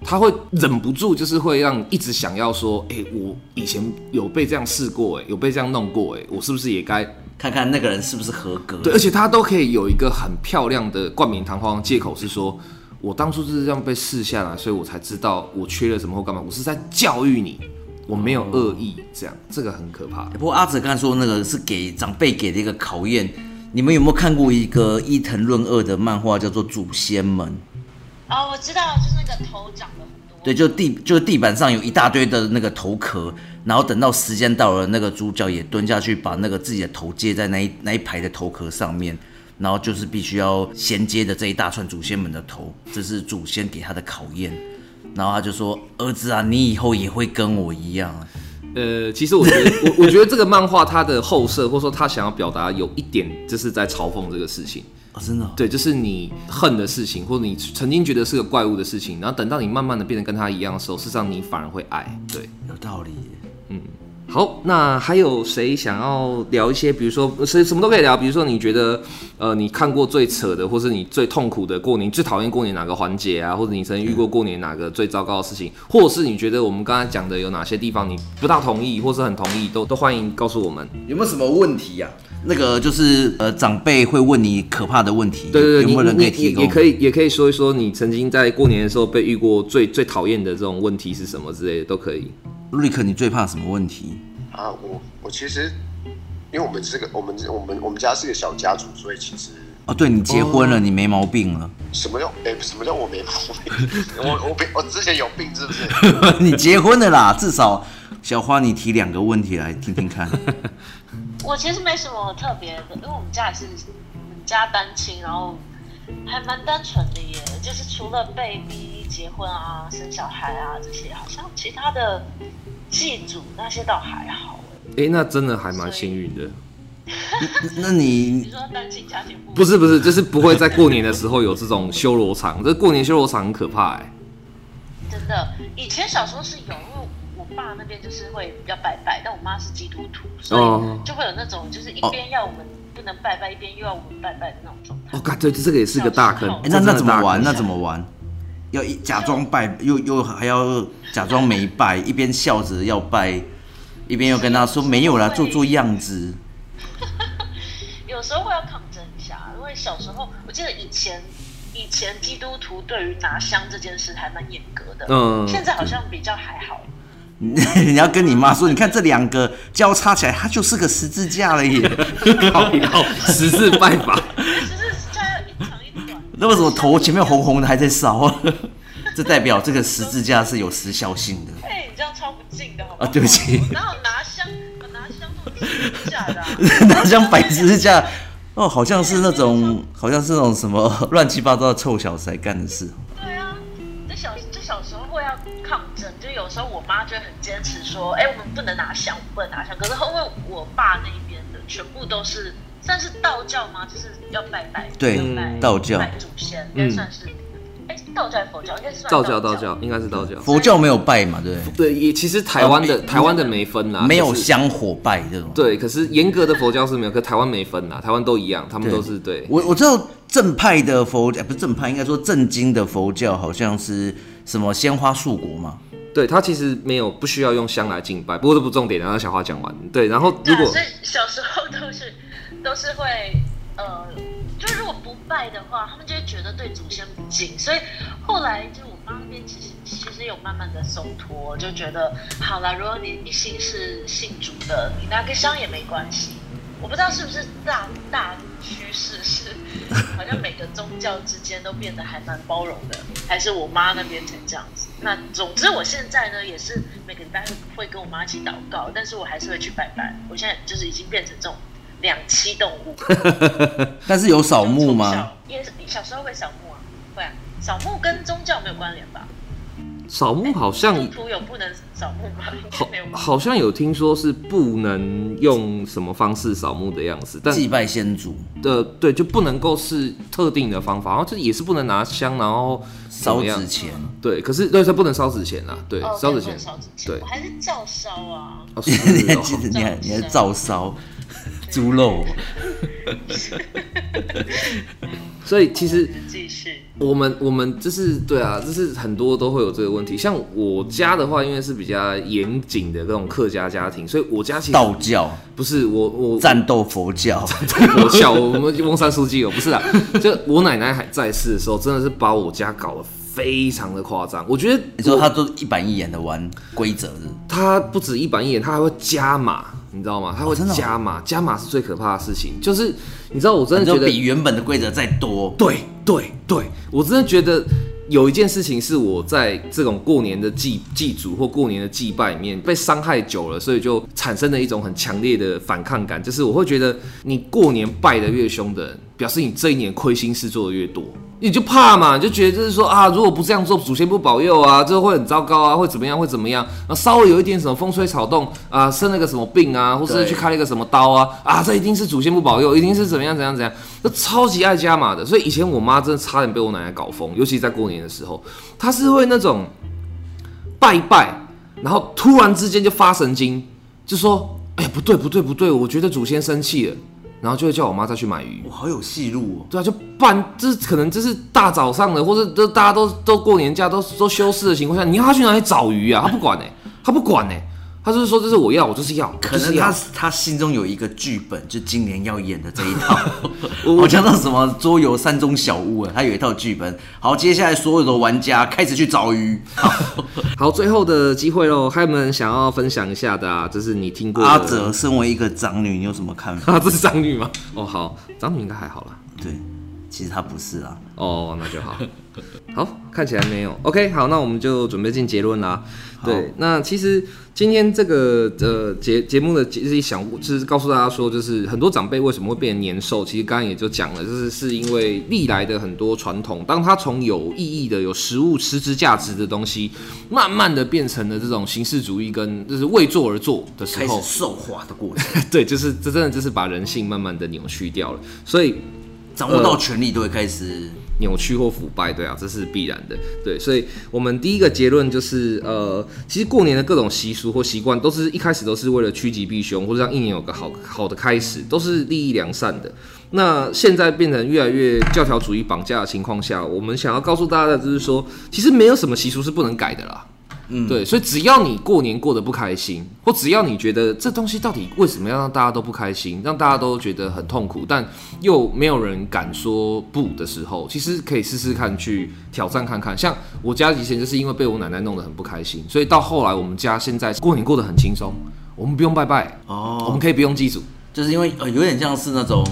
他会忍不住，就是会让你一直想要说，哎、我以前有被这样试过、诶，哎，有被这样弄过、诶，哎，我是不是也该看看那个人是不是合格。对，而且他都可以有一个很漂亮的冠冕堂皇的借口，是说我当初就是这样被试下来，所以我才知道我缺了什么或干嘛。我是在教育你，我没有恶意，这样这个很可怕。不过阿哲刚才说那个是给长辈给的一个考验，你们有没有看过一个伊藤润二的漫画叫做《祖先们》？哦，我知道了，就是那个头长得很多，对，就地就是地板上有一大堆的那个头壳，然后等到时间到了，那个主角也蹲下去把那个自己的头接在那一那一排的头壳上面，然后就是必须要衔接的这一大串祖先们的头，这是祖先给他的考验。然后他就说：“儿子啊，你以后也会跟我一样啊。”呃，其实我觉得， 我我觉得这个漫画它的后设，或者说他想要表达有一点，就是在嘲讽这个事情。哦，真的哦、对，就是你恨的事情，或者你曾经觉得是个怪物的事情，然后等到你慢慢的变得跟他一样的时候，事实上你反而会爱。对。有道理耶。好，那还有谁想要聊一些？比如说，谁什么都可以聊。比如说，你觉得，呃，你看过最扯的，或是你最痛苦的过年，最讨厌过年哪个环节啊？或者你曾经遇过过年哪个最糟糕的事情，或者是你觉得我们刚才讲的有哪些地方你不大同意，或是很同意，都都欢迎告诉我们。有没有什么问题啊呀、那个就是呃，长辈会问你可怕的问题，对对对，有没有人可你以你也提供？也可以也可以说一说你曾经在过年的时候被遇过最最讨厌的这种问题是什么之类的，都可以。瑞克，你最怕什么问题？啊，我我其实，因为我们这个我们我们我们家是个小家族，所以其实哦，对你结婚了，你没毛病了，什么叫哎、什么叫我没毛病？ 我我病我之前有病是不是？ 你结婚了啦，至少小花，你提两个问题来听听 看。我其实没什么特别的，因为我们家也是我们家单亲，然后还蛮单纯的耶，就是除了被逼结婚啊、生小孩啊这些，好像其他的祭祖那些倒还好耶。诶，那真的还蛮幸运的。那你你说单亲家庭不不是不是，就是不会在过年的时候有这种修罗场。这过年修罗场很可怕哎、真的，以前小时候是有，因为我爸那边就是会比较拜拜，但我妈是基督徒，所哦以就会有那种就是一边要我们不能拜拜，一边又要我们拜拜的那种状态。哦，干对，这个也是个大坑小时候。哎这那真的那怎么大坑玩？那怎么玩？要一假装拜，又又还要假装没拜，一边笑着要拜，一边又跟他说没有啦，做做样子。 有时候会要抗争一下，因为小时候我记得以前以前基督徒对于拿香这件事还蛮严格的，嗯现在好像比较还好。你要跟你妈说，你看这两个交叉起来，它就是个十字架了耶。 靠腰十字拜法，只是现在一长一短。 那为什么头前面红红的还在烧 啊？这代表这个十字架是有时效性的。哎、你这样超不敬的好不好啊对不起我哪有拿香，我拿香都是假的、啊。 拿像摆十字架，哦，好像是那种，好像是那种什么 乱七八糟的臭小子才干的事。对啊，这小这小时候会要抗争，就有时候我妈就很坚持说，哎、我们不能拿香，我们不能拿香。可是后面我爸那边的全部都是算是道教吗？就是要拜拜，对要拜道教拜祖先，应该算是，哎、道教还是佛教应该算道教道道教应该是道教。佛教没有拜嘛，对不对？对，也其实台湾的呃台湾的没分啦，没有就是香火拜这种。，对，可是严格的佛教是没有，可台湾没分啦，台湾都一样，他们对都是对。我我知道正派的佛，哎、不是正派，应该说正经的佛教好像是什么鲜花素果嘛。对他其实没有不需要用香来敬拜，不过这不重点，让小花讲完。对，然后对如啊，果所以小时候都是都是会呃，就如果不拜的话，他们就会觉得对祖先不敬，所以后来就是我妈那边其实其实有慢慢的松脱，就觉得好啦，如果你一心是信主的，你拿个香也没关系。我不知道是不是大大趋势是，好像每个宗教之间都变得还蛮包容的，还是我妈那边才这样子。那总之我现在呢也是每个礼拜会跟我妈一起祷告，但是我还是会去拜拜。我现在就是已经变成这种两栖动物。但是有扫墓从吗？小？也是小时候会扫墓啊，会啊。扫墓跟宗教没有关联吧？扫墓好像基督徒有不能扫墓吗？应该好哎 没有吧。好像有听说是不能用什么方式扫墓的样子，但祭拜先祖，呃对就不能够是特定的方法，然后这也是不能拿香，然后怎烧么样纸？钱。 对，可是对，它不能烧纸钱啦，对，哦烧对纸不能钱，烧纸钱，对我，还是照烧啊。哦你是还哦记得？你还你还照烧猪肉？所以其实继续。我们我们就是对啊，就是很多都会有这个问题。像我家的话，因为是比较严谨的那种客家家庭，所以我家其实道教、不是我我战斗佛教， 我笑，我们翁山书记哦，不是啦，就我奶奶还在世的时候，真的是把我家搞得非常的夸张。我觉得你说我他都一板一眼的玩规则是不是他不止一板一眼，他还会加码，你知道吗？他会真的哦加码，加码是最可怕的事情。就是你知道，我真的你觉就得比原本的规则再多。对对对，我真的觉得有一件事情是我在这种过年的祭祭祖或过年的祭拜里面被伤害久了，所以就产生了一种很强烈的反抗感，就是我会觉得你过年拜的越凶的人，表示你这一年亏心事做的越多。你就怕嘛，你就觉得就是说啊，如果不这样做，祖先不保佑啊，这会很糟糕啊，会怎么样，会怎么样？啊，稍微有一点什么风吹草动啊，生了个什么病啊，或是对去开了个什么刀啊，啊，这一定是祖先不保佑，一定是怎么样怎样怎样，那超级爱加码的。所以以前我妈真的差点被我奶奶搞疯，尤其在过年的时候，她是会那种拜一拜，然后突然之间就发神经，就说：“哎、不对不对不对，我觉得祖先生气了。”然后就会叫我妈再去买鱼。我好有戏路哦。对啊，就半，这可能这是大早上的，或者都大家都都过年假，都都休市的情况下，你要他去哪里找鱼啊？他不管呢、他不管呢、他就是说这是我要，我就是要，可就是能要他他心中有一个剧本，就今年要演的这一 套，我我叫到什么桌游三中小屋啊，他有一套剧本。好，接下来所有的玩家开始去找鱼。好，最后的机会喽，还有没有人想要分享一下的啊？就是你听过的阿 哲，身为一个长女，你有什么看法？啊，这是张女吗？哦，好，张女应该还好啦。对，其实他不是啊啦。哦，那就好。好，看起来没有。OK，好，那我们就准备进结论啦。对，那其实今天这个呃节节目的其实想就是告诉大家说，就是很多长辈为什么会变得年兽，其实刚刚也就讲了，就是是因为历来的很多传统，当它从有意义的、有实物实质价值的东西，慢慢的变成了这种形式主义跟就是为做而做的时开候始，兽化的过程，对，就是这真的就是把人性慢慢的扭曲掉了，所以 掌握到权力都会开始扭曲或腐败，对啊，这是必然的，对，所以我们第一个结论就是，呃，其实过年的各种习俗或习惯，都是一开始都是为了趋吉避凶，或者让一年有个好好的开始，都是利益良善的。那现在变成越来越教条主义绑架的情况下，我们想要告诉大家的就是说，其实没有什么习俗是不能改的啦。嗯，对，所以只要你过年过得不开心，或只要你觉得这东西到底为什么要让大家都不开心，让大家都觉得很痛苦，但又没有人敢说不的时候，其实可以试试看去挑战看看。像我家以前就是因为被我奶奶弄得很不开心，所以到后来我们家现在过年过得很轻松，我们不用拜拜，哦呃我们可以不用祭祖，就是因为呃有点像是那种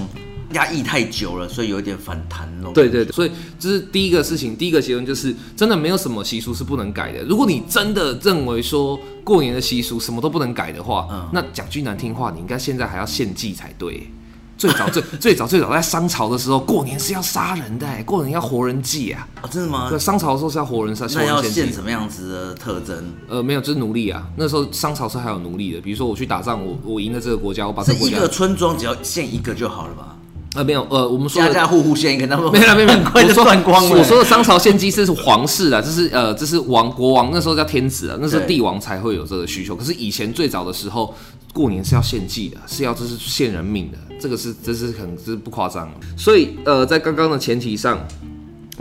压抑太久了，所以有一点反弹咯。对对对，所以这是第一个事情，第一个结论就是，真的没有什么习俗是不能改的。如果你真的认为说过年的习俗什么都不能改的话，嗯那讲句难听话，你应该现在还要献祭才对。最早最最早最早在商朝的时候，过年是要杀人的、欸过年要活人祭啊。哦，真的吗对，？商朝的时候是要活人杀，那要活人祭现什么样子的特征？呃，没有，就是奴隶啊。那时候商朝是还有奴隶的，比如说我去打仗，我我赢了这个国家，我把这是个国一家个村庄只要献一个就好了吧？呃没有呃，我们说家的家户户献一个，那么没了没了， 很快我就说断光了。我说的商朝献祭是皇室啊，这是呃，这是王国王那时候叫天子啊，那时候对帝王才会有这个需求。可是以前最早的时候，过年是要献祭的，是要就是献人命的，这个是这是很这是不夸张。所以呃，在刚刚的前提上，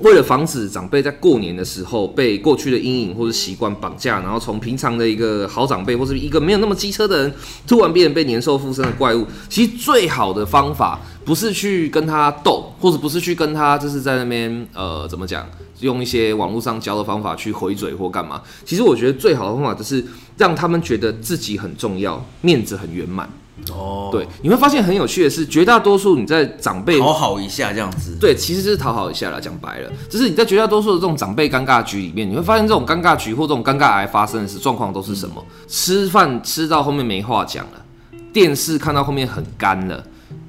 为了防止长辈在过年的时候被过去的阴影或者习惯绑架，然后从平常的一个好长辈或是一个没有那么机车的人，突然变成被年兽附身的怪物，其实最好的方法不是去跟他斗，或者不是去跟他就是在那边呃怎么讲，用一些网络上教的方法去回嘴或干嘛。其实我觉得最好的方法就是让他们觉得自己很重要，面子很圆满。哦，对，你会发现很有趣的是，绝大多数你在长辈讨好一下这样子。对，其实就是讨好一下啦。讲白了，就是你在绝大多数的这种长辈尴尬局里面，你会发现这种尴尬局或这种尴尬癌发生的是状况都是什么？嗯吃饭吃到后面没话讲了，电视看到后面很干了。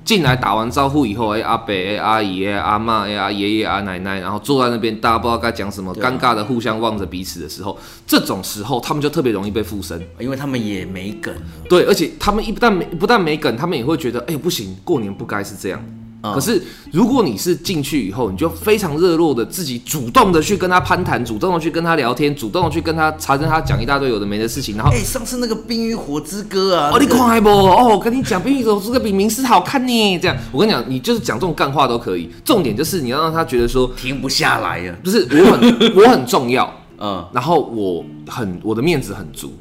进来打完招呼以后，哎、阿伯、哎、阿姨、哎、阿妈、哎、阿爷爷、阿奶奶，然后坐在那边，大家不知道该讲什么，对啊尴尬的互相望着彼此的时候，这种时候他们就特别容易被附身。因为他们也没梗了，对，而且他们一不但没不但没梗，他们也会觉得，哎、不行，过年不该是这样。嗯可是如果你是进去以后，你就非常热络的自己主动的去跟他攀谈，主动的去跟他聊天，主动的去跟他查证他讲一大堆有的没的事情，然后。哎、上次那个《冰与火之歌》啊，哦，你那个看还不？哦，我跟你讲，《冰与火之歌》比《名师》好看呢。这样，我跟你讲，你就是讲这种干话都可以。重点就是你要让他觉得说，停不下来了。不是我很我很重要，嗯，然后我很我的面子很足，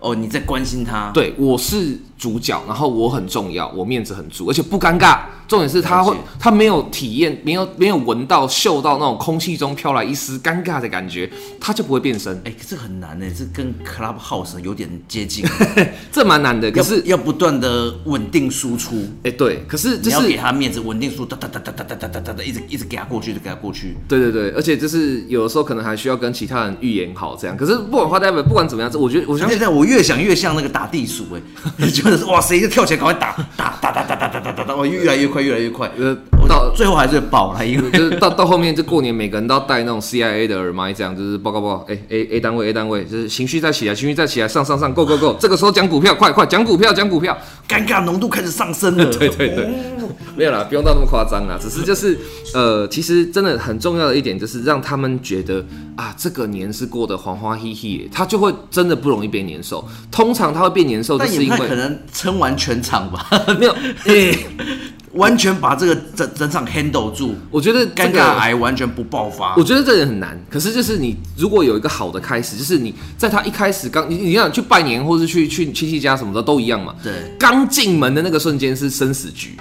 哦，你在关心他，，对，我是主角，然后我很重要，我面子很足，而且不尴尬。重点是他会了解，他没有体验，没有没有闻到、嗅到那种空气中飘来一丝尴尬的感觉，他就不会变身。哎、这很难哎，这跟 Clubhouse 有点接近，这蛮难 的，可要是，要不断的稳定输出，哎、对，可是就你要是给他面子，稳定输，哒哒哒哒哒哒哒哒哒哒，一直一直给他过去，就给他过去。对对对，而且就是有的时候可能还需要跟其他人预言好这样。可是不管花代表，不管怎么样，这我觉得我相信现在我越想越像那个打地鼠 哎，你觉得是哇，谁就跳起来赶快打打打打打打打打打打，我越来越快，越来越快，呃我到到最后还是会爆了，因为 就是到到后面，就过年每个人都要戴那种 CIA 的耳麦，这样就是报告报告，哎、A A 单位 A 单位，就是情绪再起来，情绪再起来，上上上，go go go，这个时候讲股票，快快讲股票，讲股票，尴尬浓度开始上升了。对对对，没有啦，不用到那么夸张啦，只是就是呃，其实真的很重要的一点就是让他们觉得啊，这个年是过得黄花嘿嘿耶，他就会真的不容易变年兽。通常他会变年兽，就但是也因不太可为能撑完全场吧？没有，哎完全把这个整整场 handle 住，我觉得这尴个尬啊癌完全不爆发我。觉得这也很难，可是就是你如果有一个好的开始，就是你在他一开始刚你你想去拜年或是去去亲戚家什么的都一样嘛，对哦刚进门的那个瞬间是生死局，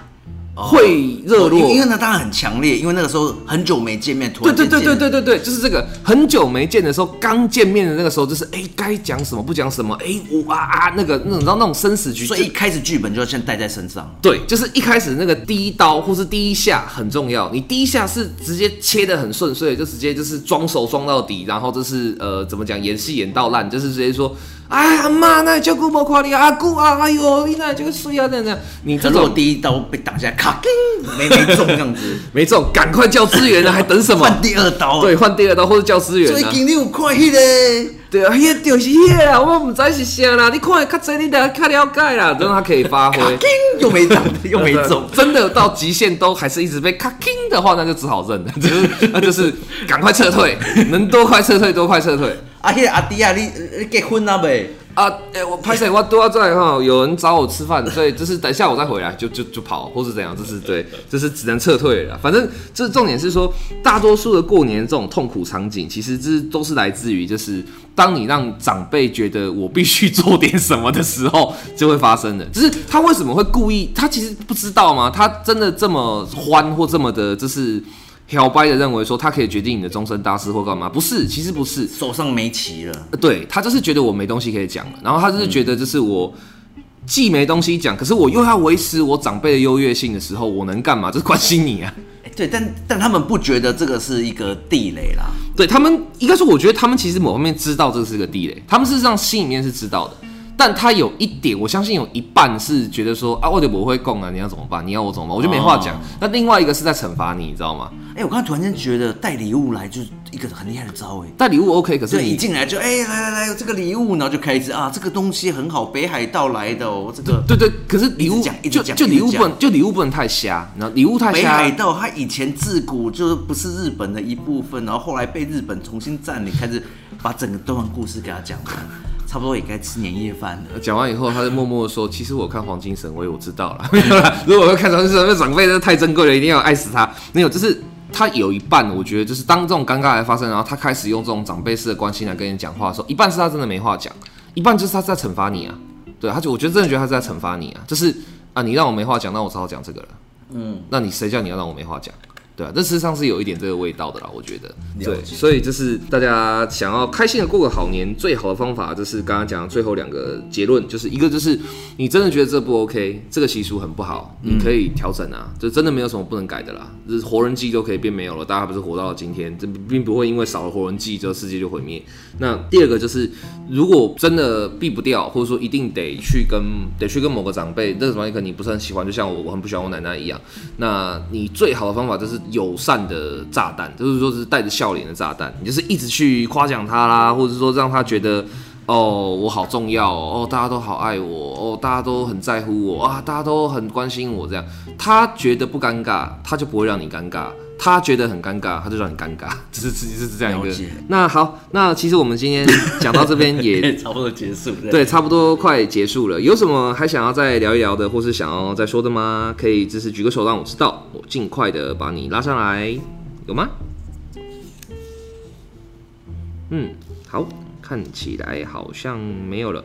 会热因络为因为那当然很强烈，因为那个时候很久没见面，突对然对间对对见对面对对，就是这个很久没见的时候，刚见面的那个时候，就是哎该讲什么不讲什么，哎我啊啊那个那种你知道那种生死局，所以一开始剧本就要先带在身上。对，就是一开始那个第一刀或是第一下很重要，你第一下是直接切的很顺遂，就直接就是装手装到底，然后就是呃怎么讲演戏演到烂，就是直接说。哎，阿妈，那叫姑莫夸你阿姑啊！哎呦，你那这个水啊，那那，你可这是我种第一刀被打下来， 咔，叮没没中这样子，没中，赶快叫支援啊，还等 什么？换第二刀。啊对，，换第二刀或者叫支援最啊。近你有看迄个？对啊，迄就是迄个啊，我毋知是啥啦，你看的较侪，你得较了解啦，让他可以发挥咔。叮啊又没中， 又没中。真的到极限都还是一直被卡 king 的话，那就只好认了，就是那就是赶快撤退，能多快撤退多快撤退。啊，迄个阿弟啊，你你结婚了未？啊，哎、我拍摄我都要在哈，有人找我吃饭，所以就是等一下我再回来，就就就跑，或是怎样，就是对，就是只能撤退了啦。反正这重点是说，大多数的过年这种痛苦场景，其实这都是来自于就是当你让长辈觉得我必须做点什么的时候，就会发生的。只是他为什么会故意？他其实不知道吗？他真的这么欢或这么的，就是。漂白的认为说他可以决定你的终身大事或干嘛？不是，其实不是，手上没棋了，对他就是觉得我没东西可以讲了，然后他就是觉得就是我既没东西讲，可是我又要维持我长辈的优越性的时候，我能干嘛？这是关心你啊。哎对，但但他们不觉得这个是一个地雷啦。对他们应该说，我觉得他们其实某方面知道这是个地雷，他们事实上心里面是知道的，但他有一点，我相信有一半是觉得说啊，我得不会供啊，你要怎么办？你要我怎么办？我就没话讲哦。那、另外一个是在惩罚你，你知道吗？哎、我刚才突然间觉得带礼物来就是一个很厉害的招哎、带礼物 OK，可是对，你一进来就哎、来来来，有这个礼物，然后就开始啊，这个东西很好，北海道来的哦，这个对对，可是礼一物直讲一直就讲就一直礼物不讲能就礼物不能太瞎，然后礼物太北瞎，海道它以前自古就是不是日本的一部分，然后后来被日本重新占领，开始把整个段故事给他讲完，差不多也该吃年夜饭了。讲完以后，他就默默的说：“其实我看《黄金神威》，我知道了。没有啦， 如果要看《黄金神威》，长辈真的太珍贵了，一定要爱死他。没有，就是他有一半，我觉得就是当这种尴尬来发生，然后他开始用这种长辈式的关心来跟你讲话的时候，一半是他真的没话讲，一半就是他是在惩罚你啊。对，他就我觉得真的觉得他是在惩罚你啊，就是啊，你让我没话讲，那我只好讲这个了。嗯，那你谁叫你要让我没话讲？对啊，这事实上是有一点这个味道的啦，我觉得。对，所以就是大家想要开心的过个好年，最好的方法就是刚刚讲的最后两个结论，就是一个就是你真的觉得这不 OK，这个习俗很不好，你可以调整啊，就真的没有什么不能改的啦，就是活人祭都可以变没有了，大家不是活到了今天，这并不会因为少了活人祭，这世界就毁灭。那第二个就是，如果真的避不掉，或者说一定得去跟得去跟某个长辈，这个长辈可能你不是很喜欢，就像我我很不喜欢我奶奶一样，那你最好的方法就是友善的炸弹，就是说是带着笑脸的炸弹，你就是一直去夸奖他啦，或者是说让他觉得。哦，我好重要哦！哦，大家都好爱我哦，大家都很在乎我啊，大家都很关心我，这样他觉得不尴尬，他就不会让你尴尬；他觉得很尴尬，他就让你尴尬，就是就是这样一个了解。那好，那其实我们今天讲到这边 也差不多结束了。对，差不多快结束了。有什么还想要再聊一聊的，或是想要再说的吗？可以就是举个手让我知道，我尽快的把你拉上来，有吗？嗯，好，看起来好像没有了。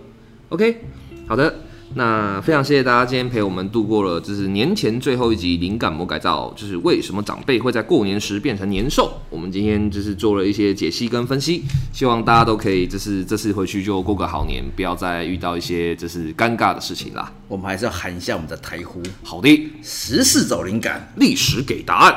OK，好的，那非常谢谢大家今天陪我们度过了，就是年前最后一集《灵感魔改造》，就是为什么长辈会在过年时变成年兽。我们今天就是做了一些解析跟分析，希望大家都可以就是这次回去就过个好年，不要再遇到一些就是尴尬的事情啦。我们还是要喊一下我们的台呼，好的，时事找灵感。历史给答案，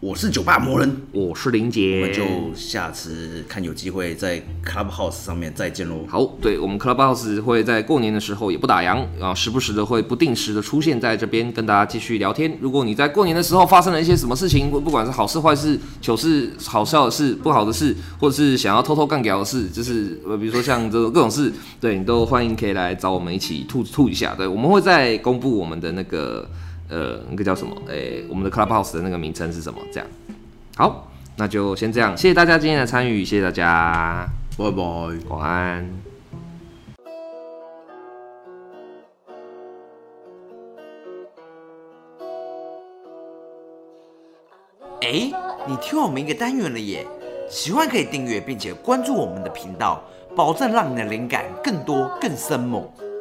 我是酒吧魔人，我是林我杰，们就下次看有机会在 Clubhouse 上面再见喽。好，对我们 Clubhouse 会在过年的时候也不打烊啊，时不时的会不定时的出现在这边跟大家继续聊天。如果你在过年的时候发生了一些什么事情，不不管是好事坏事、糗事、好笑的事、不好的事，或者是想要偷偷干掉的事，就是呃，比如说像这种各种事，对你都欢迎可以来找我们一起吐吐一下。对，我们会再公布我们的那个呃那个叫什么？诶、我们的 Clubhouse 的那个名称是什么？这样，好，那就先这样，谢谢大家今天的参与，谢谢大家，拜拜。晚安。哎，你听我们一个单元了耶！喜欢可以订阅并且关注我们的频道，保证让你的灵感更多更生猛。哦